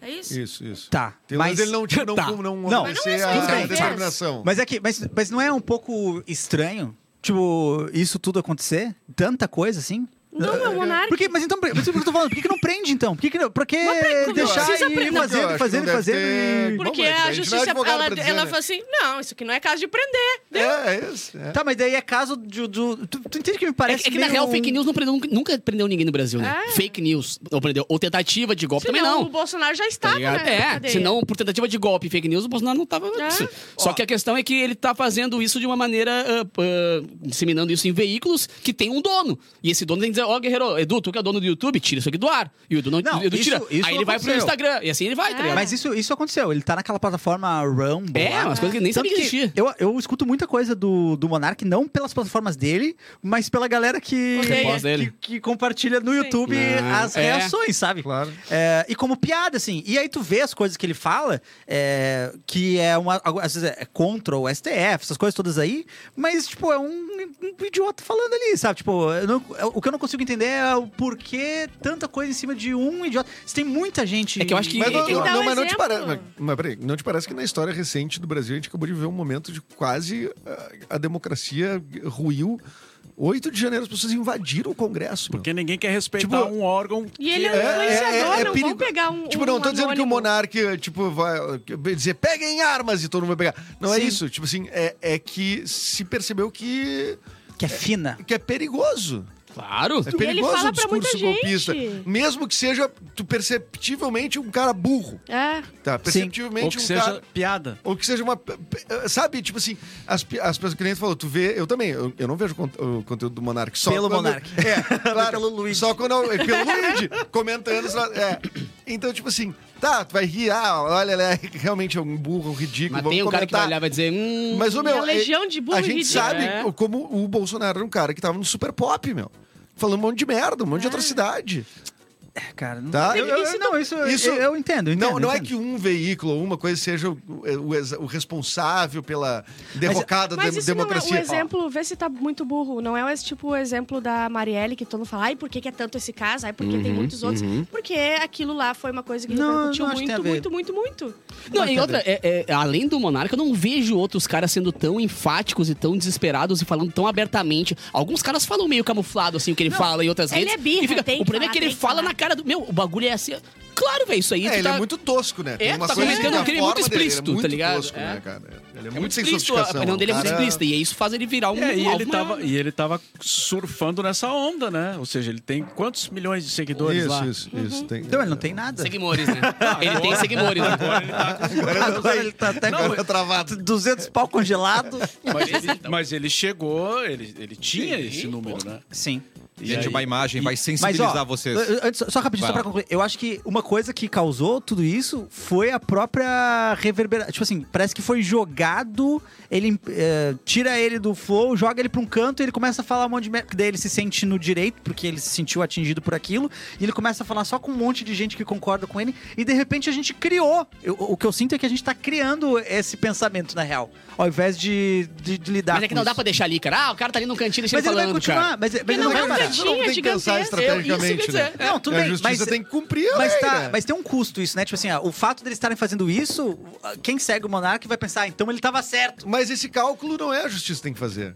É isso?
Isso, isso.
Tá,
Tem
mas-
mas ele não tinha não,
tá.
não,
Não,
obedecer
mas não é só isso
a,
que ele fez.
determinação.
Mas é que, mas, mas não é um pouco estranho, tipo, isso tudo acontecer? Tanta coisa assim?
Não, é o monarca.
Por que, mas então, por que eu tô falando? Por que, que não prende então? Por que, que não- por que
não
deixar um
precisa
e ir
prender.
Eu
fazendo,
acho
fazendo,
que não deve
fazendo
ter-
e...
Porque
Bom, mas a gente
a
não é
justiça,
advogado
ela,
pra dizer,
ela
né?
falou assim, não, isso aqui não é caso de prender.
É, é isso. é.
Tá, mas daí é caso do. do- tu, tu entende que me
É,
parece.
que- é que na
meio
real,
um-
fake news não prendeu, nunca prendeu ninguém no Brasil, né?
É.
Fake news não prendeu. Ou tentativa de golpe
Senão
também não.
o Bolsonaro já
Tá
estava,
ligado?
né? na
É,
cadeia.
senão por tentativa de golpe e fake news, o Bolsonaro não tava nisso. Só que a questão é que ele tá fazendo isso de uma maneira, ah, ah, disseminando isso em veículos que tem um dono. E esse dono tem que dizer, ó, guerreiro, Edu, tu que é dono do YouTube, tira isso aqui do ar. E o Edu não,
Não,
Edu
isso-
tira.
isso
Aí ele vai pro
aconteceu. É.
Instagram, e assim ele vai, tá ligado?
Mas isso, isso aconteceu. Ele tá naquela plataforma Rumble.
É,
lá.
umas coisas que nem
Tanto
sabia que existia.
Eu, eu escuto muita coisa do, do Monark, não pelas plataformas dele, mas pela galera que,
Odeia.
Gosta
que,
dele.
que compartilha no YouTube
Ah,
as
é.
reações, sabe?
Claro.
É, e como piada, assim. E aí tu vê as coisas que ele fala, é, que é uma. Às vezes é contra o STF, essas coisas todas aí, mas, tipo, é um, um idiota falando ali, sabe? Tipo, eu não- o que eu não consigo entender é o porquê tanta coisa em cima de um idiota. Se tem muita gente.
É que eu acho que-
Mas
E-
não,
tem que
não-
dar um
não, mas não te
exemplo.
parece. Mas, mas peraí, não te parece que na história recente do Brasil a gente acabou de viver um momento de quase ah, a, democracia ruiu. 8 de janeiro as pessoas invadiram o Congresso. meu.
Porque ninguém quer respeitar
Tipo,
um órgão.
E ele é
É,
um
é,
influenciador,
é, é
não
perigo-
vamos pegar um
Tipo, não
um
tô dizendo que o
anônimo.
monarca, tipo, vai vai dizer, peguem armas e todo mundo vai pegar. Não é isso. Tipo assim, é, é que se percebeu que,
Que é fina.
que é perigoso.
Claro.
É
ele
perigoso
fala
o
pra muita
discurso golpista.
gente.
Mesmo que seja tu perceptivelmente um cara burro.
É.
Tá?
Ou
Perceptivelmente
que
um
seja
cara.
É piada.
Ou que seja uma. pe- pe- Sabe, tipo assim, as, pi- as pessoas que nem tu falou, tu vê, eu também, eu, eu não vejo cont- o conteúdo do Monark só.
Pelo
quando-
Monark.
É, claro,
Pelo Luigi.
Só quando. eu- é, Pelo Luigi, comentando. só- é. Então, tipo assim, tá, tu vai rir, ah, olha, ele é realmente é um burro, um ridículo.
Mas
vamos
tem um cara que vai
comentar.
olhar e vai dizer, hum...
Mas o meu.
Uma legião
é-
de burro
A gente
ridículo. né?
sabe
É.
o- como o Bolsonaro era um cara que tava no super pop, meu. Falando um monte de merda, um
É.
monte de atrocidade.
Cara, não
Tá?
Eu, eu- eu- não, isso, é,
Isso-
eu, eu entendo, eu entendo.
Não, não
eu
é
entendo.
que um veículo ou uma coisa seja o, é, o ex- o responsável pela derrocada da
Mas isso
democracia.
não é o exemplo, vê se tá muito burro. Não é esse tipo o exemplo da Marielle que todo mundo fala, ai, por que, que é tanto esse caso? Ai, por que tem muitos outros? Porque aquilo lá foi uma coisa que
Não,
repercutiu
não acho que tem a ver.
muito, muito, muito, muito.
Não, e outra, é- é, além do Monarca, eu não vejo outros caras sendo tão enfáticos e tão desesperados e falando tão abertamente. Alguns caras falam meio camuflado, assim, o que ele fala em outras
ele
redes.
é birra,
e fica-
tem
o
que
problema é
falar,
que ele
tem que
fala
falar.
na cara do. Meu, o bagulho é assim. Claro, velho, isso aí.
É,
tu
ele
tá...
é muito tosco, né?
É, tá
coisa que
cometendo
na
um crime muito
forma dele, ele é
explícito, tá
muito
ligado?
Tosco,
É.
né, cara? Ele é,
É
muito,
muito
sem
explícito, a
sofisticação.
opinião dele é muito
cara-
explícita. E isso faz ele virar um.
É, e,
alvo
ele tava,
maior.
e ele tava surfando nessa onda, né? Ou seja, ele tem quantos milhões de seguidores
Isso,
lá?
isso, isso. Tem...
Então ele não tem nada.
Seguimores, né? ele tem seguidores. Né?
Agora ele tá até
Agora é travado.
200 pau congelado.
Mas ele, mas ele chegou, ele, ele tinha esse número, né?
Sim.
Gente,
aí?
uma imagem vai
Mas,
sensibilizar
ó,
vocês.
an- antes, só rapidinho,
Vai
só pra
lá.
concluir. Eu acho que uma coisa que causou tudo isso foi a própria reverberação. Tipo assim, parece que foi jogado, ele eh, tira ele do flow, joga ele pra um canto e ele começa a falar um monte de merda. que Daí ele se sente no direito, porque ele se sentiu atingido por aquilo, e ele começa a falar só com um monte de gente que concorda com ele, e de repente a gente criou. Eu- o que eu sinto é que a gente tá criando esse pensamento, na real, ao invés de, de, de lidar
tá
Mas é que
com
não dá
isso.
pra deixar ali, cara. Ah, o cara tá ali no cantinho, deixa
Mas ele
ele
vai
falando,
continuar,
cara.
mas, mas ele vai
não é um
parar.
cantinho.
Não tem que pensar
gigantesca, eu- isso
estrategicamente,
que eu ia
né?
dizer.
Não, tudo
a
bem,
justiça
mas-
tem que cumprir a
Mas,
lei,
tá,
né?
mas tem um custo isso, né? Tipo assim, ó, o fato deles estarem fazendo isso, quem segue o Monark vai pensar, ah, então ele tava certo.
Mas esse cálculo não é a justiça que tem que fazer.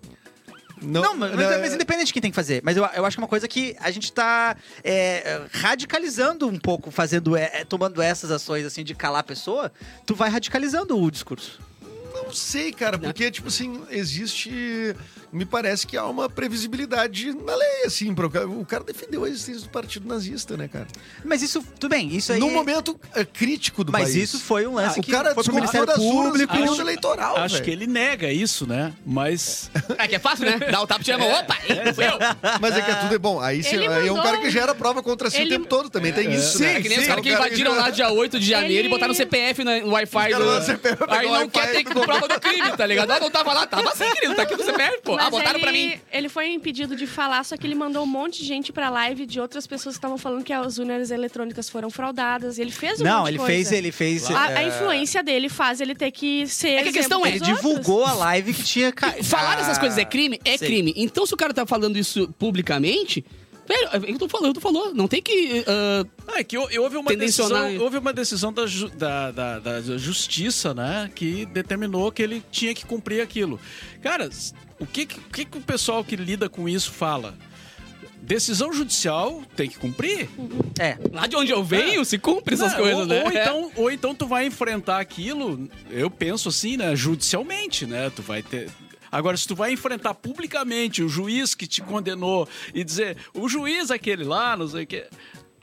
Não, mas, é,
né?
mas independente de quem tem que fazer. Mas eu, eu acho que é uma coisa que a gente tá é, radicalizando um pouco, fazendo, é, é, tomando essas ações assim de calar a pessoa, tu vai radicalizando o discurso.
Não sei, cara, porque, tipo assim, existe. Me parece que há uma previsibilidade na lei, assim. pro ca- O cara defendeu a existência do partido nazista, né, cara?
Mas isso, tudo bem, isso aí.
Num momento é, crítico do
mas
país. Ah,
isso foi um lance
o
que
cara
foi pro
desconfiou
Ministério
das urnas e
Público.
pediu acho- eleitoral,
Acho
velho.
que ele nega isso, né? Mas.
É que é fácil, né? Dá o tapa, tira a mão.
É.
Opa, hein, fui eu.
Mas é que é tudo é bom. Aí, você-
Ele
aí é um
mandou
cara que gera prova contra si
Ele-
o tempo todo também. Tem isso, né?
É que nem os caras que
O cara
invadiram lá dia 8 de janeiro
Ele-
e botaram o CPF na- no
Os
Wi-Fi do.
caras lá, CPF,
Aí
pegou o
não quer
Wi-Fi
ter
do
que prova do crime, tá ligado? Ah, não tava lá, tava sim, querido, tá aqui no CPF, pô. Ah,
Mas
botaram
ele,
pra mim.
ele foi impedido de falar, só que ele mandou um monte de gente pra live de outras pessoas que estavam falando que as urnas eletrônicas foram fraudadas. Ele fez um monte
Não,
de
ele
coisa.
fez, ele fez.
Ah,
A, a
é,
influência dele faz ele ter que ser.
É que a questão é,
Ele divulgou a live que tinha. ca-
Falar
ah,
essas coisas é crime? É
sim.
crime. Então, se o cara tá falando isso publicamente. Velho, é o que eu tô falando, tu falou. Não tem que. ah,
Ah, é que hou- houve uma
Tendencionar-
decisão, houve uma decisão da, ju- da, da, da justiça, né? Que determinou que ele tinha que cumprir aquilo. Cara, s- o que, que, o que que o pessoal que lida com isso fala? Decisão judicial tem que cumprir.
É.
lá de onde eu venho, se cumpre essas
Não,
coisas,
ou,
né?
ou então, ou então tu vai enfrentar aquilo, eu penso assim, né? Judicialmente, né? Tu vai ter. Agora, se tu vai enfrentar publicamente o juiz que te condenou e dizer, o juiz aquele lá, não sei o quê.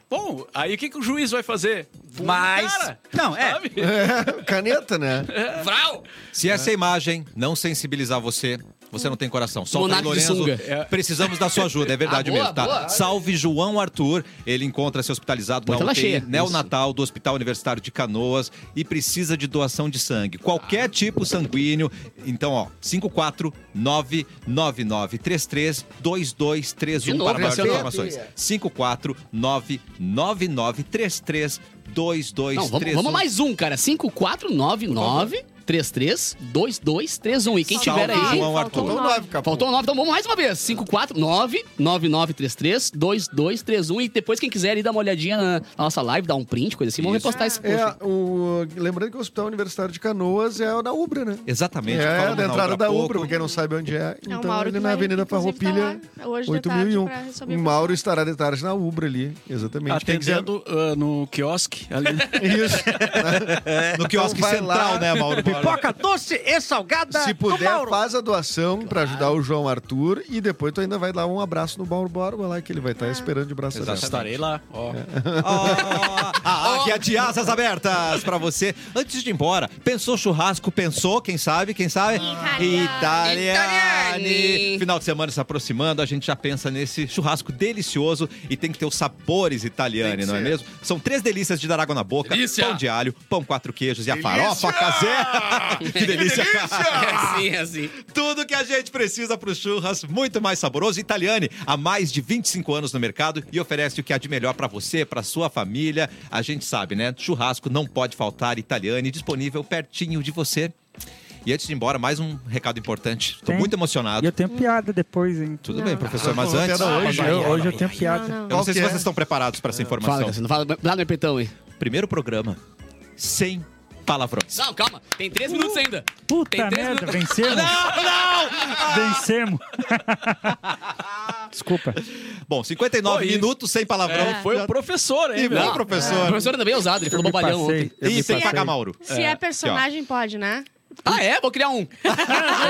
Bom, aí o que, que o juiz vai fazer? Pula na
Mas-
cara,
não, é.
sabe?
É, caneta, né?
Vral!
Se essa é imagem não sensibilizar você, você não tem coração. Só
Monarca de
Lorenzo,
sunga.
É. precisamos da sua ajuda, é verdade
Ah, boa,
mesmo, tá?
boa.
Salve João Arthur, ele encontra-se hospitalizado
Botela
na UTI
cheia.
neonatal do Hospital Universitário de Canoas e precisa de doação de sangue, qualquer tipo sanguíneo. Então, ó, 54999332231
novo, né?
para maiores
Marcelo.
informações. 54999332231.
Não, vamos, vamos mais um, cara. 5499 332231. E quem
Salve,
tiver aí.
João Arthur.
Faltou
Faltou
nove.
nove, capô.
Faltou 9, então vamos mais uma vez. 549-9933-2231. E depois, quem quiser ir dar uma olhadinha na nossa live, dar um print, coisa assim, vamos repostar esse post.
É, o... Lembrando que o Hospital Universitário de Canoas é o da Ubra, né?
Exatamente.
É,
falamos
da
na
entrada
Ubra há
da
pouco.
Ubra, pra quem não sabe onde é.
É o
Então,
Mauro
ele
que
na
vai,
Avenida
inclusive, tá
Farroupilha,
lá hoje de
8001.
tarde pra resolver o
Mauro estará de tarde na Ubra ali, exatamente. Quem quiser-
Atendendo ah, no quiosque ali.
Isso.
No quiosque
vai
central,
lá.
né, Mauro?
Pipoca doce e salgada
Se
do
puder,
Mauro.
faz a doação pra ajudar o João Arthur e depois tu ainda vai dar um abraço no Mauro Borba lá, que ele vai estar esperando de braço aberto.
Estarei lá. Ó.
Ó, a águia ah, é de asas abertas pra você. Antes de ir embora, pensou churrasco, pensou, quem sabe, quem sabe?
Italiani.
Italiani. Final de semana se aproximando, a gente já pensa nesse churrasco delicioso e tem que ter os sabores italiani, não é mesmo? São três delícias de dar água na boca.
Delícia.
Pão de alho, pão quatro queijos e a farofa caseira. que delícia, cara.
É assim, é assim.
Tudo que a gente precisa para o churras, muito mais saboroso. Italiane, há mais de 25 anos no mercado e oferece o que há de melhor para você, para sua família. A gente sabe, né? Churrasco não pode faltar. Italiane, disponível pertinho de você. E antes de ir embora, mais um recado importante. Estou
Tem?
muito emocionado. Ah,
E eu tenho piada depois, hein?
Tudo
Não.
bem, professor, mas
Não,
antes...
não,
Eu
Hoje, eu, hoje eu tenho piada.
Não, não.
não sei se
Qual que é?
vocês estão preparados para essa
Fala,
informação.
Cassiano, fala. Dá no empretão aí.
Primeiro programa, sem palavrões.
Não, calma. Tem três minutos ainda. Tem
Puta
três
merda,
minutos.
vencemos? Não, não! Vencemos. Desculpa.
Bom, 59
Oi.
minutos sem palavrão.
É, foi o professor, hein?
E
meu?
bom, professor.
O professor ainda bem ousado, ele
Eu
falou
me
é.
bobalhão
passei.
um ontem.
eu me
E sem
passei.
pagar Mauro.
Se é personagem, pode, né?
Ah, é? Vou criar um.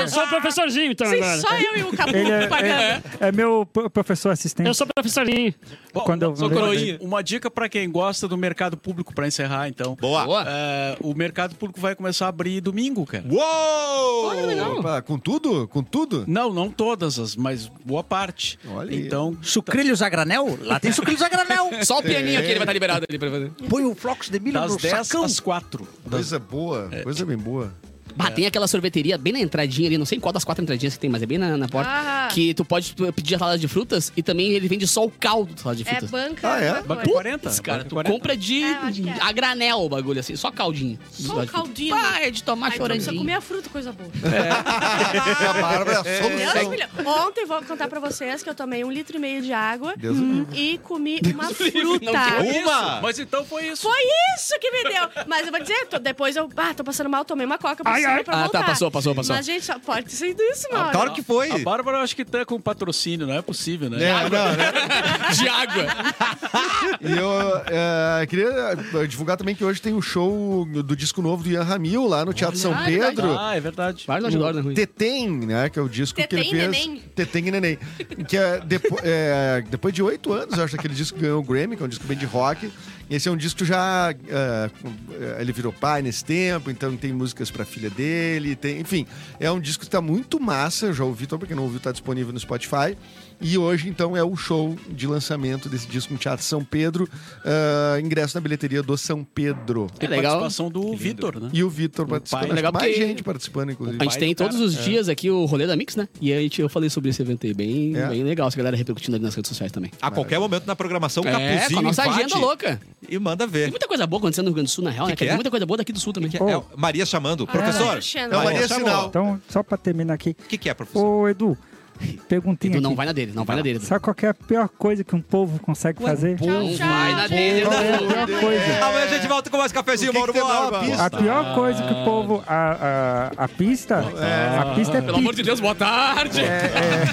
Eu sou professorzinho, então,
Sim,
agora.
só eu e o Capu
Ele é,
pagando.
é- é meu pro- professor assistente.
Eu sou professorinho.
Bom,
Quando eu-
sou
eu-
coroinha. Uma dica para quem gosta do mercado público, para encerrar, então.
Boa.
É, o mercado público vai começar a abrir domingo, cara.
Uou!
Opa, com tudo? Com tudo?
Não, não todas, as, mas boa parte.
Olha aí.
Então,
Sucrilhos a granel? Lá tem sucrilhos a granel.
Só o pianinho aqui ele vai estar liberado ali pra fazer.
Põe o flocos de milho
das
Tá no
10
sacão.
às 4.
Coisa boa, coisa bem boa.
Bah, tem aquela sorveteria bem na entradinha ali, não sei em qual das quatro entradinhas que tem, mas é bem na, na porta.
Ah.
Que tu pode tu, pedir a salada de frutas e também ele vende só o caldo da salada de
É
frutas.
banca.
Ah, é?
banca
Banca
coisa.
40?
Esse cara,
banca
tu
40.
compra de
É, eu acho que é.
a granel o bagulho, assim, só caldinho.
Só o caldinho.
Ah, é de tomar
Aí tu precisa
chorandinho.
comer a fruta, coisa boa.
A Bárbara é a
Deus me
solução.
livre. Ontem vou contar pra vocês que eu tomei um litro e meio de água e comi uma fruta.
Não,
Uma!
Mas então foi Ah, isso.
Foi isso que me deu. Mas eu vou dizer, tô- depois eu ah, tô passando mal, tomei uma coca,
Ai, ai.
preciso pra
Ah,
voltar.
tá, passou, passou, passou.
Mas, gente, só pode ter sido isso, mano.
Claro que foi.
A Bárbara, eu acho que tá com patrocínio, não é possível, né?
Não, não, né?
de água.
E eu eh, queria eh, divulgar também que hoje tem o show do disco novo do Ian Ramil lá no Teatro São
é verdade.
Pedro.
Ah, é verdade.
Vai lá de Gordon, ruim.
Tetém, né? Que é o disco que ele
Tetém e
fez.
Neném.
Tetém e Neném. Que é, depo- é, depois de oito anos, eu acho que aquele disco ganhou o Grammy, que é um disco bem de rock. E esse é um disco que já. é, ele virou pai nesse tempo, então tem músicas pra filha dele. Tem, enfim, é um disco que tá muito massa. Eu já ouvi, então, pra quem não ouviu, tá disponível no Spotify. E hoje, então, é o show de lançamento desse disco no Teatro São Pedro. Ah, ingresso na bilheteria do São Pedro.
É
Tem
legal.
participação do Vitor, né?
E o Vitor participando.
pai.
Acho que
Legal,
mais
porque-
gente participando, inclusive.
A gente tem todos
é.
os dias aqui o rolê da Mix, né? E a gente, eu falei sobre esse evento aí, bem,
É.
bem legal. Essa galera repercutindo ali nas redes sociais também.
A qualquer momento na programação, o
É, com
Capuzinho
a nossa
invade
agenda louca.
e manda
Tem
ver.
muita coisa boa acontecendo no Rio Grande do Sul, na real, né?
que
cara?
é?
Tem muita coisa boa daqui do Sul também.
Que é- é o- Maria chamando.
tá
professor,
mexendo.
É o Maria
chamou.
Sinal.
Então, só pra terminar aqui.
o que, que é, professor?
Ô, Edu, perguntinha
é
Edu, não
aqui.
vai na dele, não vai na dele. Edu.
Sabe qual que é a pior coisa que um povo consegue fazer?
Tchau,
é?
Não
tchau.
vai na dele,
Qual é a
Edu.
pior coisa?
Amanhã a gente volta com mais cafezinho,
O que que
Mauro
tem, Mauro
Borba.
Borba?
A pior coisa que o povo. A, a, a pista. A pista é
Pelo amor de Deus, boa tarde.
É, é,